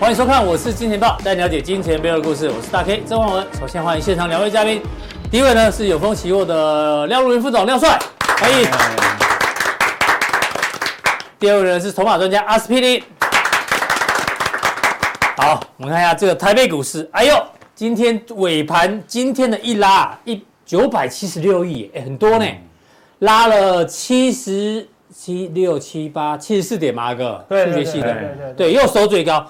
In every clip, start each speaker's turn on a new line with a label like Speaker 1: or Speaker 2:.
Speaker 1: 欢迎收看，我是金钱豹，带你了解金钱背后的故事。我是大 K 曾焕文。首先欢迎现场两位嘉宾，第一位呢是永丰期货的廖如云副总廖 帅，欢
Speaker 2: 哎
Speaker 1: 迎。第二位呢是筹码专家阿司匹林。好，我们看一下这个台北股市，哎呦，今天尾盘今天的一拉一九百七十六亿耶，哎，很多呢，
Speaker 2: 嗯
Speaker 1: 拉了七十七六七八七十四点嘛，哥，
Speaker 2: 对
Speaker 1: 数学
Speaker 2: 对对
Speaker 1: 系
Speaker 2: 对对
Speaker 1: 的对，
Speaker 2: 对，
Speaker 1: 又收最高。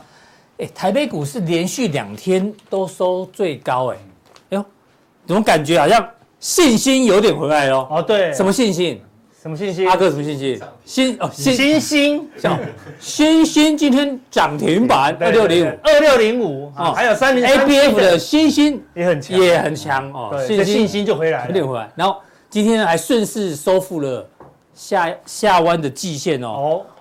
Speaker 1: 哎，台北股市连续两天都收最高，哎，哎呦，怎么感觉好像信心有点回来哦？
Speaker 2: 哦，对，
Speaker 1: 什么信心？
Speaker 2: 什么信息？
Speaker 1: 阿哥什么信心？新哦，信
Speaker 2: 星星
Speaker 1: 像新星今天涨停板二六零五
Speaker 2: 二六零五
Speaker 1: 哦
Speaker 2: 啊，还有三零
Speaker 1: ，ABF 的新星
Speaker 2: 也很强，
Speaker 1: 也很强哦，
Speaker 2: 对，这信心就回来
Speaker 1: 有点
Speaker 2: 了。
Speaker 1: 回来。然后今天还顺势收复了下下弯的季线哦。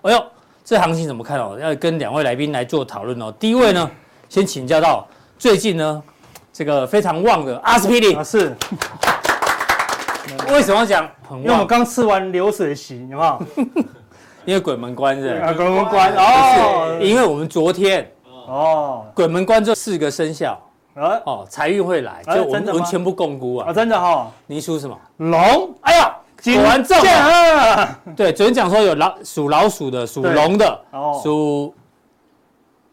Speaker 2: 哦，
Speaker 1: 哎呦，这行情怎么看哦？要跟两位来宾来做讨论哦。第一位呢，先请教到最近呢这个非常旺的阿司匹林
Speaker 2: 啊，是，
Speaker 1: 为什么讲很
Speaker 2: 因为我们
Speaker 1: 旺？
Speaker 2: 刚吃完流水席，有没有？啊，
Speaker 1: 因为鬼门关是不是
Speaker 2: 关关关
Speaker 1: 啊
Speaker 2: 哦
Speaker 1: 因为我们昨天
Speaker 2: 哦，
Speaker 1: 鬼门关这四个生肖
Speaker 2: 啊
Speaker 1: 哦，财运会来，
Speaker 2: 哎
Speaker 1: 就我
Speaker 2: 真
Speaker 1: 们
Speaker 2: 的
Speaker 1: 我们
Speaker 2: 吗
Speaker 1: 全部共估啊
Speaker 2: 啊，。真的哈，
Speaker 1: 你属什么？
Speaker 2: 龙，
Speaker 1: 哎呀，
Speaker 2: 金
Speaker 1: 果然中
Speaker 2: 剑
Speaker 1: 啊！
Speaker 2: 二，
Speaker 1: 对，昨天讲说有老属老鼠的、属
Speaker 2: 对
Speaker 1: 龙的、
Speaker 2: 哦
Speaker 1: 属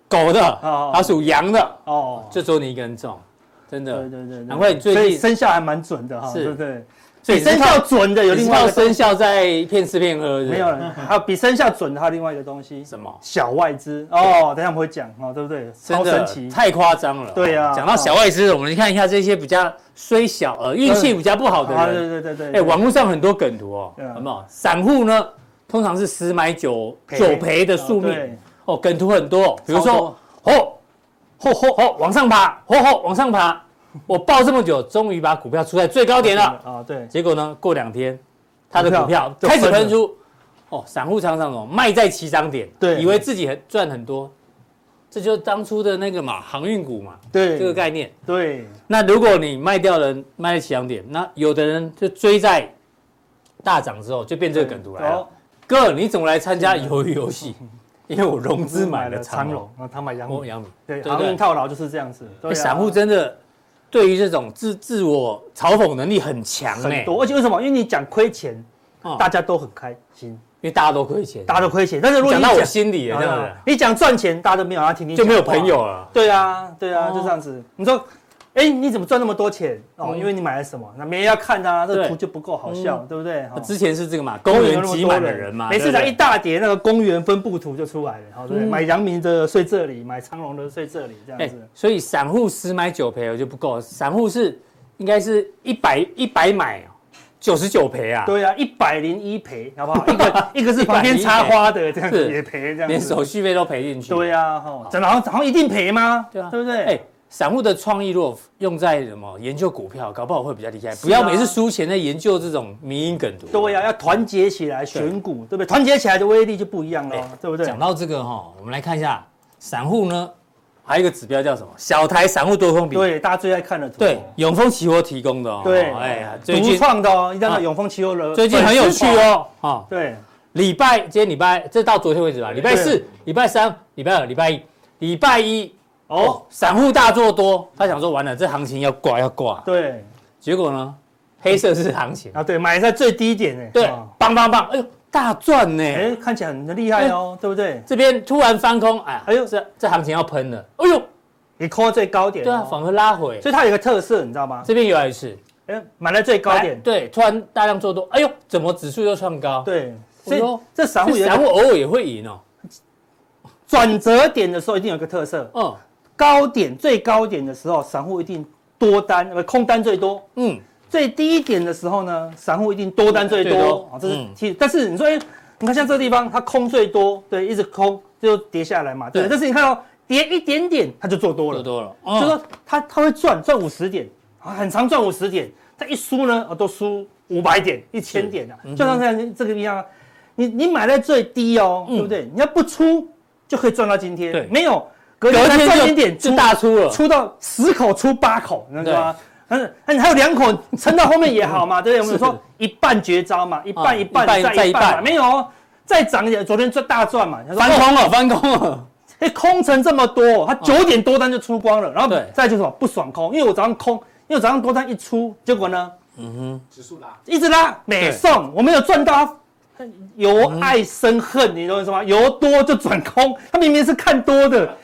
Speaker 1: 狗的，
Speaker 2: 哦
Speaker 1: 还有属羊的，
Speaker 2: 哦，
Speaker 1: 就只有你一个人中，真
Speaker 2: 对
Speaker 1: 的。
Speaker 2: 对对，对
Speaker 1: 难怪你最
Speaker 2: 所以
Speaker 1: 近
Speaker 2: 生肖还蛮准的哈，
Speaker 1: 是
Speaker 2: 对不对？
Speaker 1: 所以
Speaker 2: 比
Speaker 1: 你是
Speaker 2: 生
Speaker 1: 靠
Speaker 2: 肖准的有
Speaker 1: 你
Speaker 2: 另
Speaker 1: 是
Speaker 2: 外一
Speaker 1: 靠
Speaker 2: 个东
Speaker 1: 生肖在骗吃骗喝，是不是
Speaker 2: 没有了，还有比生肖准的还有另外一个东西，
Speaker 1: 什么，
Speaker 2: 小外资哦，等一下我们会讲哦，对不对？
Speaker 1: 真
Speaker 2: 超神奇
Speaker 1: 的，太夸张了。
Speaker 2: 对啊
Speaker 1: 讲到小外资，我们看一下这些比较虽小呃运气比较不好的
Speaker 2: 啊，
Speaker 1: 人
Speaker 2: 对，对对对，
Speaker 1: 哎，网络上很多梗图哦，
Speaker 2: 对啊
Speaker 1: 有没有？散户呢，通常是十买九
Speaker 2: 赔
Speaker 1: 九赔的宿
Speaker 2: 哦
Speaker 1: 命
Speaker 2: 对
Speaker 1: 哦，梗图很多，比如
Speaker 2: 超
Speaker 1: 说
Speaker 2: 多
Speaker 1: 吼吼吼吼往上爬，吼吼往上爬，我抱这么久，终于把股票出在最高点了。
Speaker 2: 啊，对，
Speaker 1: 结果呢，过两天，他的股
Speaker 2: 股票
Speaker 1: 票
Speaker 2: 就
Speaker 1: 开始
Speaker 2: 喷了
Speaker 1: 喷出，哦，散户常常哦卖在起涨点，
Speaker 2: 对
Speaker 1: 以为自己很赚很多，这就是当初的那个嘛航运股嘛，
Speaker 2: 对
Speaker 1: 这个概念。
Speaker 2: 对
Speaker 1: 那如果你卖掉人卖在起涨点，那有的人就追在大涨之后，就变这个梗图来了
Speaker 2: 哦。
Speaker 1: 哥，你怎么来参加鱿鱼游 戏？因为我融资买了长
Speaker 2: 嗯长
Speaker 1: 隆，
Speaker 2: 荣，然后哦他买阳
Speaker 1: 我
Speaker 2: 明，
Speaker 1: 杨明。
Speaker 2: 对，
Speaker 1: 对
Speaker 2: 航运套牢就是这样子，对
Speaker 1: 哎
Speaker 2: 啊
Speaker 1: 散户真的对于这种自自我嘲讽能力很强欸呢
Speaker 2: 很，多，而且为什么？因为你讲亏钱
Speaker 1: 哦，
Speaker 2: 大家都很开心，
Speaker 1: 因为大家都亏钱，
Speaker 2: 大家都亏钱，但是如果
Speaker 1: 讲
Speaker 2: 你
Speaker 1: 到我心里了，这样
Speaker 2: 啊你讲赚钱，大家都没有要听你
Speaker 1: 子
Speaker 2: 讲
Speaker 1: 就
Speaker 2: 话
Speaker 1: 没有朋友。了。
Speaker 2: 对啊，对啊，
Speaker 1: 哦
Speaker 2: 就这样子。你说，哎，你怎么赚那么多钱？哦，
Speaker 1: 嗯
Speaker 2: 因为你买了什么？那没人要看啊，这
Speaker 1: 对嗯
Speaker 2: 个图就不够好笑，对不对？哦
Speaker 1: 之前是这个嘛，公园挤满了人嘛，
Speaker 2: 每次
Speaker 1: 对不
Speaker 2: 才
Speaker 1: 对
Speaker 2: 一大叠，那个公园分布图就出来了，好，对不对？
Speaker 1: 嗯
Speaker 2: 买阳明的睡这里，买长隆的睡这里，这
Speaker 1: 哎、
Speaker 2: 样子。
Speaker 1: 所以散户十买九赔我哦就不够，散户是应该是一百一百买九十九赔啊，，
Speaker 2: 对啊，一百零一赔，好不好？一 个一个是旁边插花的，这样子
Speaker 1: 是
Speaker 2: 也赔，这样
Speaker 1: 连手
Speaker 2: 子。
Speaker 1: 续费都赔进去。
Speaker 2: 啊对啊，哈，真的好像好像一定赔吗？
Speaker 1: 对啊
Speaker 2: 对不对？
Speaker 1: 哎、散户的创意如果用在什么研究股票，搞不好会比较厉害。
Speaker 2: 啊
Speaker 1: 不要每次输钱在研究这种迷因梗图。
Speaker 2: 对啊呀，要团结起来选股，对不对？团结起来的威力就不一样
Speaker 1: 哎
Speaker 2: 了，对不对？
Speaker 1: 讲到这个哈、我们来看一下散户呢，还有一个指标叫什么？小台散户多空比。
Speaker 2: 对，大家最爱看的图。
Speaker 1: 对，永丰期货提供的哦。
Speaker 2: 对，
Speaker 1: 哎呀，最
Speaker 2: 独
Speaker 1: 近
Speaker 2: 创的哦，一定
Speaker 1: 啊
Speaker 2: 要永丰期油的，
Speaker 1: 最近很有趣。哦，哦，
Speaker 2: 对，
Speaker 1: 礼拜今天礼拜这到昨天为止吧，礼拜四、礼拜三、礼拜二、礼拜一、礼拜一哦
Speaker 2: 哦，，
Speaker 1: 散户大做多，他想说完了这行情要挂要挂，
Speaker 2: 对
Speaker 1: 结果呢，黑色是行情，
Speaker 2: 啊，对，买在最低点哎。
Speaker 1: 对
Speaker 2: 哦，
Speaker 1: 棒棒棒，哎呦大赚呢，
Speaker 2: 哎，看起来很厉害哦，
Speaker 1: 哎
Speaker 2: 对不对？
Speaker 1: 这边突然翻空，哎呀，哎
Speaker 2: 哎
Speaker 1: 呦
Speaker 2: 呦
Speaker 1: 这这行情要喷了，哎呦，
Speaker 2: 你扣最高点，哦
Speaker 1: 对啊，反而拉回，
Speaker 2: 所以它有一个特色，你知道吗？
Speaker 1: 这边有来一次
Speaker 2: 哎，买在最高
Speaker 1: 哎
Speaker 2: 点，
Speaker 1: 对，突然大量做多，哎呦，怎么指数又创高？
Speaker 2: 对，
Speaker 1: 我
Speaker 2: 所
Speaker 1: 说
Speaker 2: 以这散户有一
Speaker 1: 哦散
Speaker 2: 个
Speaker 1: 户偶尔也会赢哦，
Speaker 2: 转折点的时候一定有一个特色，
Speaker 1: 嗯
Speaker 2: 高点最高点的时候，散户一定多单，呃，空单最多；
Speaker 1: 嗯，
Speaker 2: 最低点的时候呢，散户一定多单最
Speaker 1: 最
Speaker 2: 多
Speaker 1: 多。
Speaker 2: 啊，这是
Speaker 1: 嗯
Speaker 2: 其实，但是你说，哎，你看像这个地方，它空最多，对，一直空，最后跌下来嘛，对不对。
Speaker 1: 对
Speaker 2: 但是你看到跌一点点，它就做多
Speaker 1: 做
Speaker 2: 了，
Speaker 1: 多了，
Speaker 2: 就
Speaker 1: 嗯
Speaker 2: 说它它会赚赚五十点，啊，很常赚五哦
Speaker 1: 嗯
Speaker 2: 十点，它一输呢，啊，都输五百点、一千点啊，就像这样这个一样啊。你你买在最低哦，对不对？你要不出就可以赚到今天，
Speaker 1: 嗯对
Speaker 2: 没有隔
Speaker 1: 隔
Speaker 2: 天才
Speaker 1: 天
Speaker 2: 赚
Speaker 1: 就
Speaker 2: 一点
Speaker 1: 就
Speaker 2: 出
Speaker 1: 大出了，
Speaker 2: 出到十口出八口，你知道吗？嗯，那你还有两口，你撑到后面也好嘛，对不对？我们
Speaker 1: 是
Speaker 2: 说一半绝招嘛，一
Speaker 1: 啊
Speaker 2: 半一半
Speaker 1: 一半
Speaker 2: 再
Speaker 1: 再一
Speaker 2: 一半嘛，
Speaker 1: 半
Speaker 2: 没有哦再涨一点，昨天赚大赚嘛，他说
Speaker 1: 翻
Speaker 2: 哦
Speaker 1: 空了，翻空了，
Speaker 2: 哎、空成这么多，他九点多单就出光了，然后
Speaker 1: 哦对
Speaker 2: 再就是什么不爽空，因为我早上空，因为我早上多单一出，结果呢
Speaker 1: 嗯
Speaker 3: 指数啦，
Speaker 2: 一直拉美送，我没有赚到他。
Speaker 1: 嗯
Speaker 2: 由爱生恨，你懂我意思吗？由多就转空，他明明是看多的，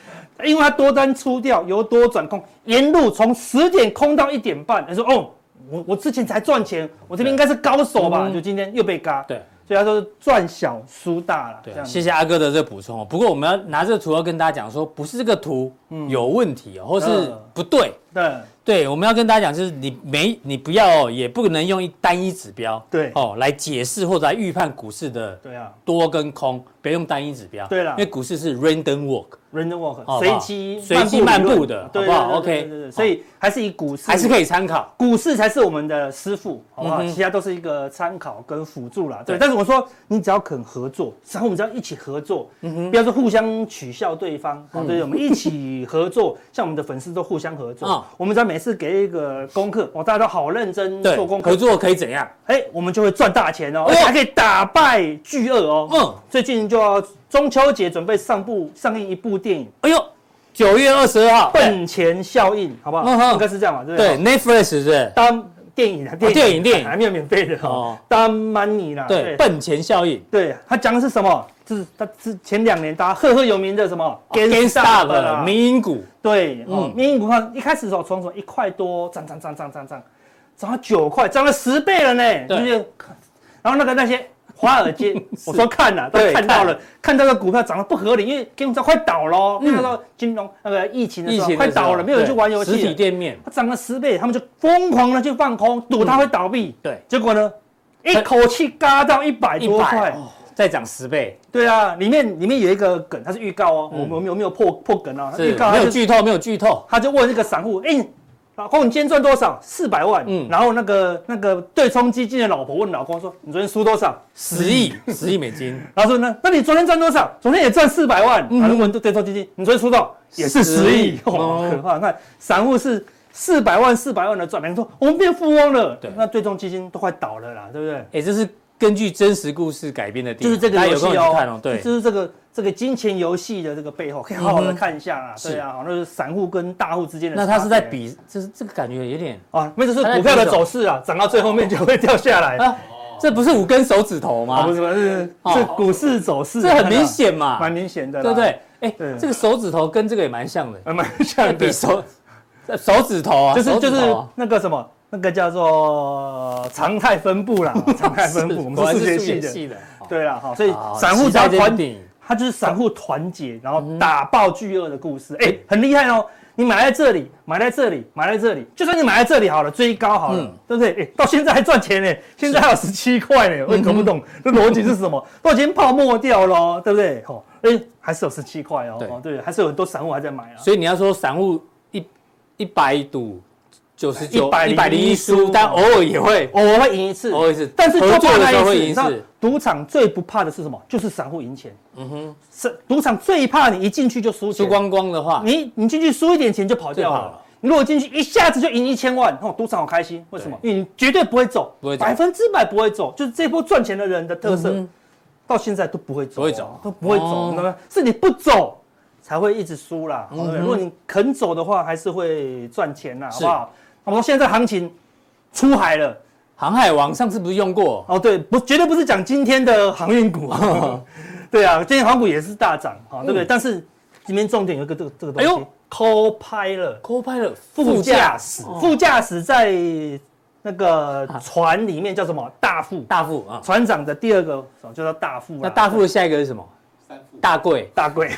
Speaker 2: 因为他多单出掉，由多转空，沿路从十点空到一点半。他说：“哦，我我之前才赚钱，我这边应该是高手吧？”
Speaker 1: 嗯
Speaker 2: 就今天又被嘎，
Speaker 1: 对。
Speaker 2: 所以他说赚小输大了，这
Speaker 1: 对，啊
Speaker 2: 样子
Speaker 1: 谢谢阿哥的这个补充哦。不过我们要拿这个图要跟大家讲说，不是这个图有问题哦，或是
Speaker 2: 嗯
Speaker 1: 不对。
Speaker 2: 对
Speaker 1: 对，我们要跟大家讲，就是你没你不要哦，也不能用一单一指标
Speaker 2: 对
Speaker 1: 哦来解释或者来预判股市的
Speaker 2: 对啊
Speaker 1: 多跟空，不要用单一指标。
Speaker 2: 对啦
Speaker 1: 因为股市是 random walk，
Speaker 2: ，random
Speaker 1: 好不
Speaker 2: walk 随
Speaker 1: 好
Speaker 2: 机
Speaker 1: 随机
Speaker 2: 漫
Speaker 1: 漫步
Speaker 2: 理论
Speaker 1: 的好
Speaker 2: 对
Speaker 1: 不好
Speaker 2: 对对
Speaker 1: OK
Speaker 2: 对对对所以还是以股市
Speaker 1: 还是可以参考。
Speaker 2: 股市才是我们的师傅，好不好？
Speaker 1: 嗯哼
Speaker 2: 其他都是一个参考跟辅助啦。对，
Speaker 1: 对
Speaker 2: 但是我说你只要肯合作，然后我们只要一起合作，
Speaker 1: 嗯
Speaker 2: 不要说互相取笑对方，好、对，我们一起合作，像我们的粉丝都互相合作，
Speaker 1: 嗯
Speaker 2: 我们只要每次给一个功课，哦，大家都好认真
Speaker 1: 对
Speaker 2: 做功，课
Speaker 1: 合，作可以怎样？
Speaker 2: 哎、我们就会赚大钱哦，
Speaker 1: 哎
Speaker 2: 而
Speaker 1: 呦
Speaker 2: 且还可以打败巨鳄哦。
Speaker 1: 嗯
Speaker 2: 最近就要中秋节准备上部上映一部电影《
Speaker 1: 哎呦，九月二十二号，
Speaker 2: 本钱效应》，好不好？
Speaker 1: 嗯哼
Speaker 2: 应该是这样吧，对不对？
Speaker 1: 对 Netflix 是不是？
Speaker 2: 当电影啊，
Speaker 1: 电影电影
Speaker 2: 还没有免费的
Speaker 1: 哦
Speaker 2: 哦，当 money 啦，
Speaker 1: 对，本钱效应。
Speaker 2: 对，他讲的是什么？就是他之前两年大家赫赫有名的什么
Speaker 1: 哦 GameStop
Speaker 2: 啦
Speaker 1: 的民营股，
Speaker 2: 对，哦
Speaker 1: 嗯，
Speaker 2: 民营股票一开始的时候从什么一块多涨涨涨涨涨涨，涨到九块，涨了十倍了呢，
Speaker 1: 对
Speaker 2: 就是，然后那个那些。华 尔街，我说看了、都
Speaker 1: 对
Speaker 2: 看到
Speaker 1: 看
Speaker 2: 了，看到这个股票涨得不合理，因为 GameStop 快倒喽，那个时候金融那个疫情的
Speaker 1: 疫
Speaker 2: 时候
Speaker 1: 情
Speaker 2: 快倒了，没有人去玩游戏了，
Speaker 1: 实体店面，
Speaker 2: 它涨了十倍，他们就疯狂的去放空，赌它会倒闭。
Speaker 1: 对，
Speaker 2: 结果呢，一口气嘎到一
Speaker 1: 嗯
Speaker 2: 百哦
Speaker 1: 一
Speaker 2: 多
Speaker 1: 百
Speaker 2: 块。
Speaker 1: 再涨十倍，
Speaker 2: 对啊，里面里面有一个梗，它是预告哦，我们我们有没有破破梗啊？
Speaker 1: 嗯是
Speaker 2: 预告
Speaker 1: 没
Speaker 2: 他
Speaker 1: 有
Speaker 2: 就嗯
Speaker 1: 剧透，没有剧透，
Speaker 2: 他就问那个散户，哎，老公你今天赚多少？四百万。
Speaker 1: 嗯
Speaker 2: 然后那个那个对冲基金的老婆问老公说，你昨天输多少？
Speaker 1: 十亿，十亿美 金，
Speaker 2: 然后说呢，那你昨天赚多少？昨天也赚四百万。然后问对冲基金，你昨天输到也
Speaker 1: 10
Speaker 2: 是十
Speaker 1: 嗯亿
Speaker 2: 亿，哦
Speaker 1: 哦，
Speaker 2: 可怕！看散户是四百万、四百万的赚，别人说我们变富翁了，
Speaker 1: 对
Speaker 2: 那对冲基金都快倒了啦，对不对？
Speaker 1: 哎，这是根据真实故事改编的电
Speaker 2: 就
Speaker 1: 影，
Speaker 2: 是这个
Speaker 1: 大家
Speaker 2: 游
Speaker 1: 有
Speaker 2: 戏
Speaker 1: 空去
Speaker 2: 哦，
Speaker 1: 看哦，对嗯
Speaker 2: 就，是这个这个金钱游戏的这个背后，可以好好的看一下啦。
Speaker 1: 是
Speaker 2: 对啊，好那就是散户跟大户之间的差
Speaker 1: 那
Speaker 2: 别。
Speaker 1: 他是在比，这是这个感觉有点
Speaker 2: 啊，那就是
Speaker 1: 他在
Speaker 2: 股票
Speaker 1: 比
Speaker 2: 的
Speaker 1: 什么
Speaker 2: 走势啊，涨到最后面就会掉下来。
Speaker 1: 啊，这不是五根手指头
Speaker 2: 啊，
Speaker 1: 吗
Speaker 2: 不？是不是，
Speaker 1: 哦
Speaker 2: 是股市走势，
Speaker 1: 这很明
Speaker 2: 看
Speaker 1: 显
Speaker 2: 到，
Speaker 1: 嘛
Speaker 2: 蛮，明显的，
Speaker 1: 对不？对？哎
Speaker 2: 对，
Speaker 1: 这个手指头跟这个也蛮像的，
Speaker 2: 呃蛮像的
Speaker 1: 比。手手指头啊，
Speaker 2: 就是
Speaker 1: 手
Speaker 2: 就
Speaker 1: 指
Speaker 2: 是
Speaker 1: 头啊
Speaker 2: 那个什么，那个叫做常态分布 啦，常态分布，我们
Speaker 1: 果然
Speaker 2: 是数学
Speaker 1: 数
Speaker 2: 系
Speaker 1: 学的，
Speaker 2: 的。
Speaker 1: 啊好
Speaker 2: 对啦，好，所以
Speaker 1: 好
Speaker 2: 散户
Speaker 1: 期
Speaker 2: 只要
Speaker 1: 待这部
Speaker 2: 团
Speaker 1: 电影
Speaker 2: 它就是散户团结，然后打爆巨鳄的故事，哎、很厉害哦。你买在这里，买在这里，买在这里，就算你买在这里好了，追高好了，
Speaker 1: 嗯
Speaker 2: 对不对？哎、到现在还赚钱呢，现在还有十七块呢，我哎也搞不
Speaker 1: 嗯
Speaker 2: 懂这逻辑是什么，都已经泡沫掉了哦，对不对？哦，哎、还是有十七块哦，
Speaker 1: 对
Speaker 2: 哦，对，还是有很多散户还在买啊。
Speaker 1: 所以你要说散户一一百赌九十九
Speaker 2: 101
Speaker 1: 一百零一输，
Speaker 2: 输
Speaker 1: 但偶尔也会
Speaker 2: 偶尔会赢一次，
Speaker 1: 偶尔一次
Speaker 2: 但是就
Speaker 1: 合
Speaker 2: 怕
Speaker 1: 作的
Speaker 2: 那
Speaker 1: 时候会
Speaker 2: 一次。
Speaker 1: 赢
Speaker 2: 你
Speaker 1: 一
Speaker 2: 知道
Speaker 1: 次，
Speaker 2: 赌场最不怕的是什么？就是散户赢钱。嗯哼，是赌场最怕你一进去就输钱
Speaker 1: 输光光的话，
Speaker 2: 你你进去输一点钱就跑掉
Speaker 1: 就跑
Speaker 2: 了
Speaker 1: 了。
Speaker 2: 你如果进去一下子就赢一千万，哦，赌场好开心，为什么？因为你绝对不会走，
Speaker 1: 不会走
Speaker 2: 百分之百不会走，就是这波赚钱的人的特色，
Speaker 1: 嗯
Speaker 2: 到现在都不会走，
Speaker 1: 不会走
Speaker 2: 都不会走，
Speaker 1: 哦
Speaker 2: 你知道吗？是你不走才会一直输啦。好对不
Speaker 1: 嗯
Speaker 2: 对
Speaker 1: 哼
Speaker 2: 如果你肯走的话，还是会赚钱啦，好
Speaker 1: 是
Speaker 2: 不好？我们说现在行情出海了。
Speaker 1: 航海王上次不是用过？
Speaker 2: 哦，对，不，绝对不是讲今天的航运股，对啊， 今天航运股也是大涨，啊，对不对？但是今天重点有一个这个这个东
Speaker 1: 嗯
Speaker 2: 西，
Speaker 1: 哎
Speaker 2: 哎
Speaker 1: 呦
Speaker 2: 呦，Co-pilot
Speaker 1: 抠拍了
Speaker 2: 副驾驶，
Speaker 1: 哦啊
Speaker 2: 副驾驶在那个船里面叫什么？大副，
Speaker 1: 大副啊，
Speaker 2: 船长的第二个哦就叫大副啦
Speaker 1: 那大副的下一个是什么？
Speaker 3: 三副
Speaker 1: 大贵，
Speaker 2: 大贵，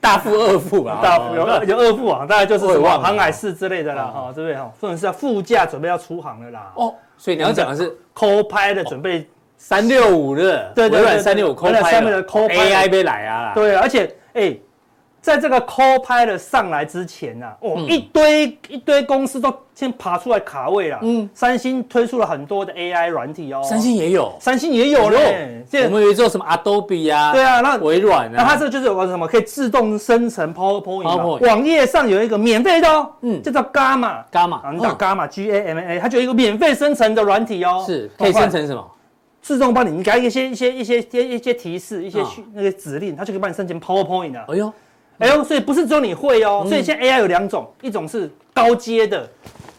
Speaker 1: 大副二副吧，
Speaker 2: 大副有二有二副啊，大概就是
Speaker 1: 哦我也
Speaker 2: 什么
Speaker 1: 忘了
Speaker 2: 航海士之类的啦，哈，对不对？哈，或者是要副驾准备要出航了啦，
Speaker 1: 哦，所以你要讲的是
Speaker 2: Co-pilot 准备
Speaker 1: 三六五的，
Speaker 2: 对对对
Speaker 1: 微软三六五抠
Speaker 2: 微软
Speaker 1: 拍
Speaker 2: 365
Speaker 1: 了
Speaker 2: 抠拍了
Speaker 1: ，AI 被来啊啦，
Speaker 2: 对啊，而且哎、在这个 Copilot 上来之前呐、啊，哦，
Speaker 1: 嗯
Speaker 2: 一堆一堆公司都先爬出来卡位了。嗯，三星推出了很多的 AI 软体哦，
Speaker 1: 三星也有，
Speaker 2: 三星也有
Speaker 1: 有
Speaker 2: 嘞。这
Speaker 1: 我们有做什么 Adobe 呀，
Speaker 2: 对啊，那
Speaker 1: 微软啊，
Speaker 2: 那它这就是有个什么可以自动生成 PowerPoint，嘛
Speaker 1: PowerPoint
Speaker 2: 网页上有一个免费的哦，
Speaker 1: 嗯
Speaker 2: 嗯，叫做 Gamma。啊，
Speaker 1: Gamma，
Speaker 2: 你打
Speaker 1: 嗯
Speaker 2: Gamma G A M A，它就有一个免费生成的软体哦，
Speaker 1: 是可以生成什么？
Speaker 2: 自动帮你，你给它一些一些一些一些一些提示，一些
Speaker 1: 嗯
Speaker 2: 去那个指令，它就可以帮你生成 PowerPoint 啊。
Speaker 1: 哎呦，
Speaker 2: 哎呦，所以不是只有你会哦，所以现在 AI 有两种，一种是高阶的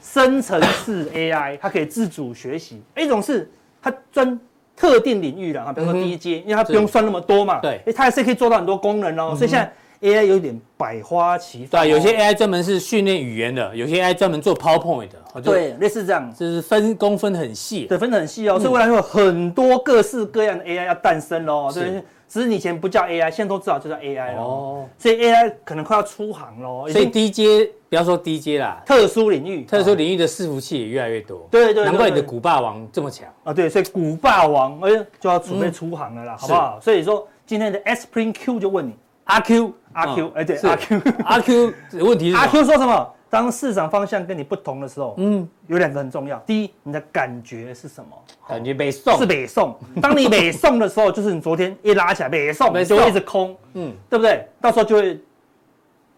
Speaker 2: 生成式 AI，它可以自主学习；一种是它专特定领域的啊，比如
Speaker 1: 嗯
Speaker 2: 说
Speaker 1: 哼
Speaker 2: 低阶，因为它不用算那么多嘛，
Speaker 1: 对嗯
Speaker 2: 哎它还是可以做到很多功能哦。所以现在 AI 有点百花齐
Speaker 1: 对
Speaker 2: 放哦，
Speaker 1: 啊，有些 AI 专门是训练语言的，有些 AI 专门做 PowerPoint 的，哦就
Speaker 2: 对类似这样。
Speaker 1: 就是分工分很细。
Speaker 2: 对，分得很细
Speaker 1: 嗯
Speaker 2: 哦，所以未来会有很多各式各样的 AI 要诞生喽。对，只是你以前不叫 AI，现在都知道就叫 AI 哦。
Speaker 1: 哦，
Speaker 2: 所以 AI 可能快要出行喽，已
Speaker 1: 所以
Speaker 2: 经
Speaker 1: 低阶不要说低阶啦，
Speaker 2: 特殊领域，
Speaker 1: 特殊领域的伺服器也越来越多。
Speaker 2: 对对对
Speaker 1: 难怪你的
Speaker 2: 对
Speaker 1: 股霸王这么强。
Speaker 2: 啊，对，所以古霸王哎就要准备出航了啦，好不好？所以说今天的 S Spring Q 就问你
Speaker 1: 阿 Q，
Speaker 2: 阿 Q，
Speaker 1: 嗯
Speaker 2: 哎对
Speaker 1: 是
Speaker 2: 阿 Q
Speaker 1: 阿 Q 问题是
Speaker 2: 阿
Speaker 1: 什么？
Speaker 2: Q 说什么？当市场方向跟你不同的时候，
Speaker 1: 嗯，
Speaker 2: 有两个很重要。第一，你的感觉是什么？
Speaker 1: 感觉被送
Speaker 2: 是。北宋。当你北宋的时候，就是你昨天一拉起来北宋，
Speaker 1: 北
Speaker 2: 你
Speaker 1: 宋
Speaker 2: 就会一直空，
Speaker 1: 嗯，
Speaker 2: 对不对？到时候就会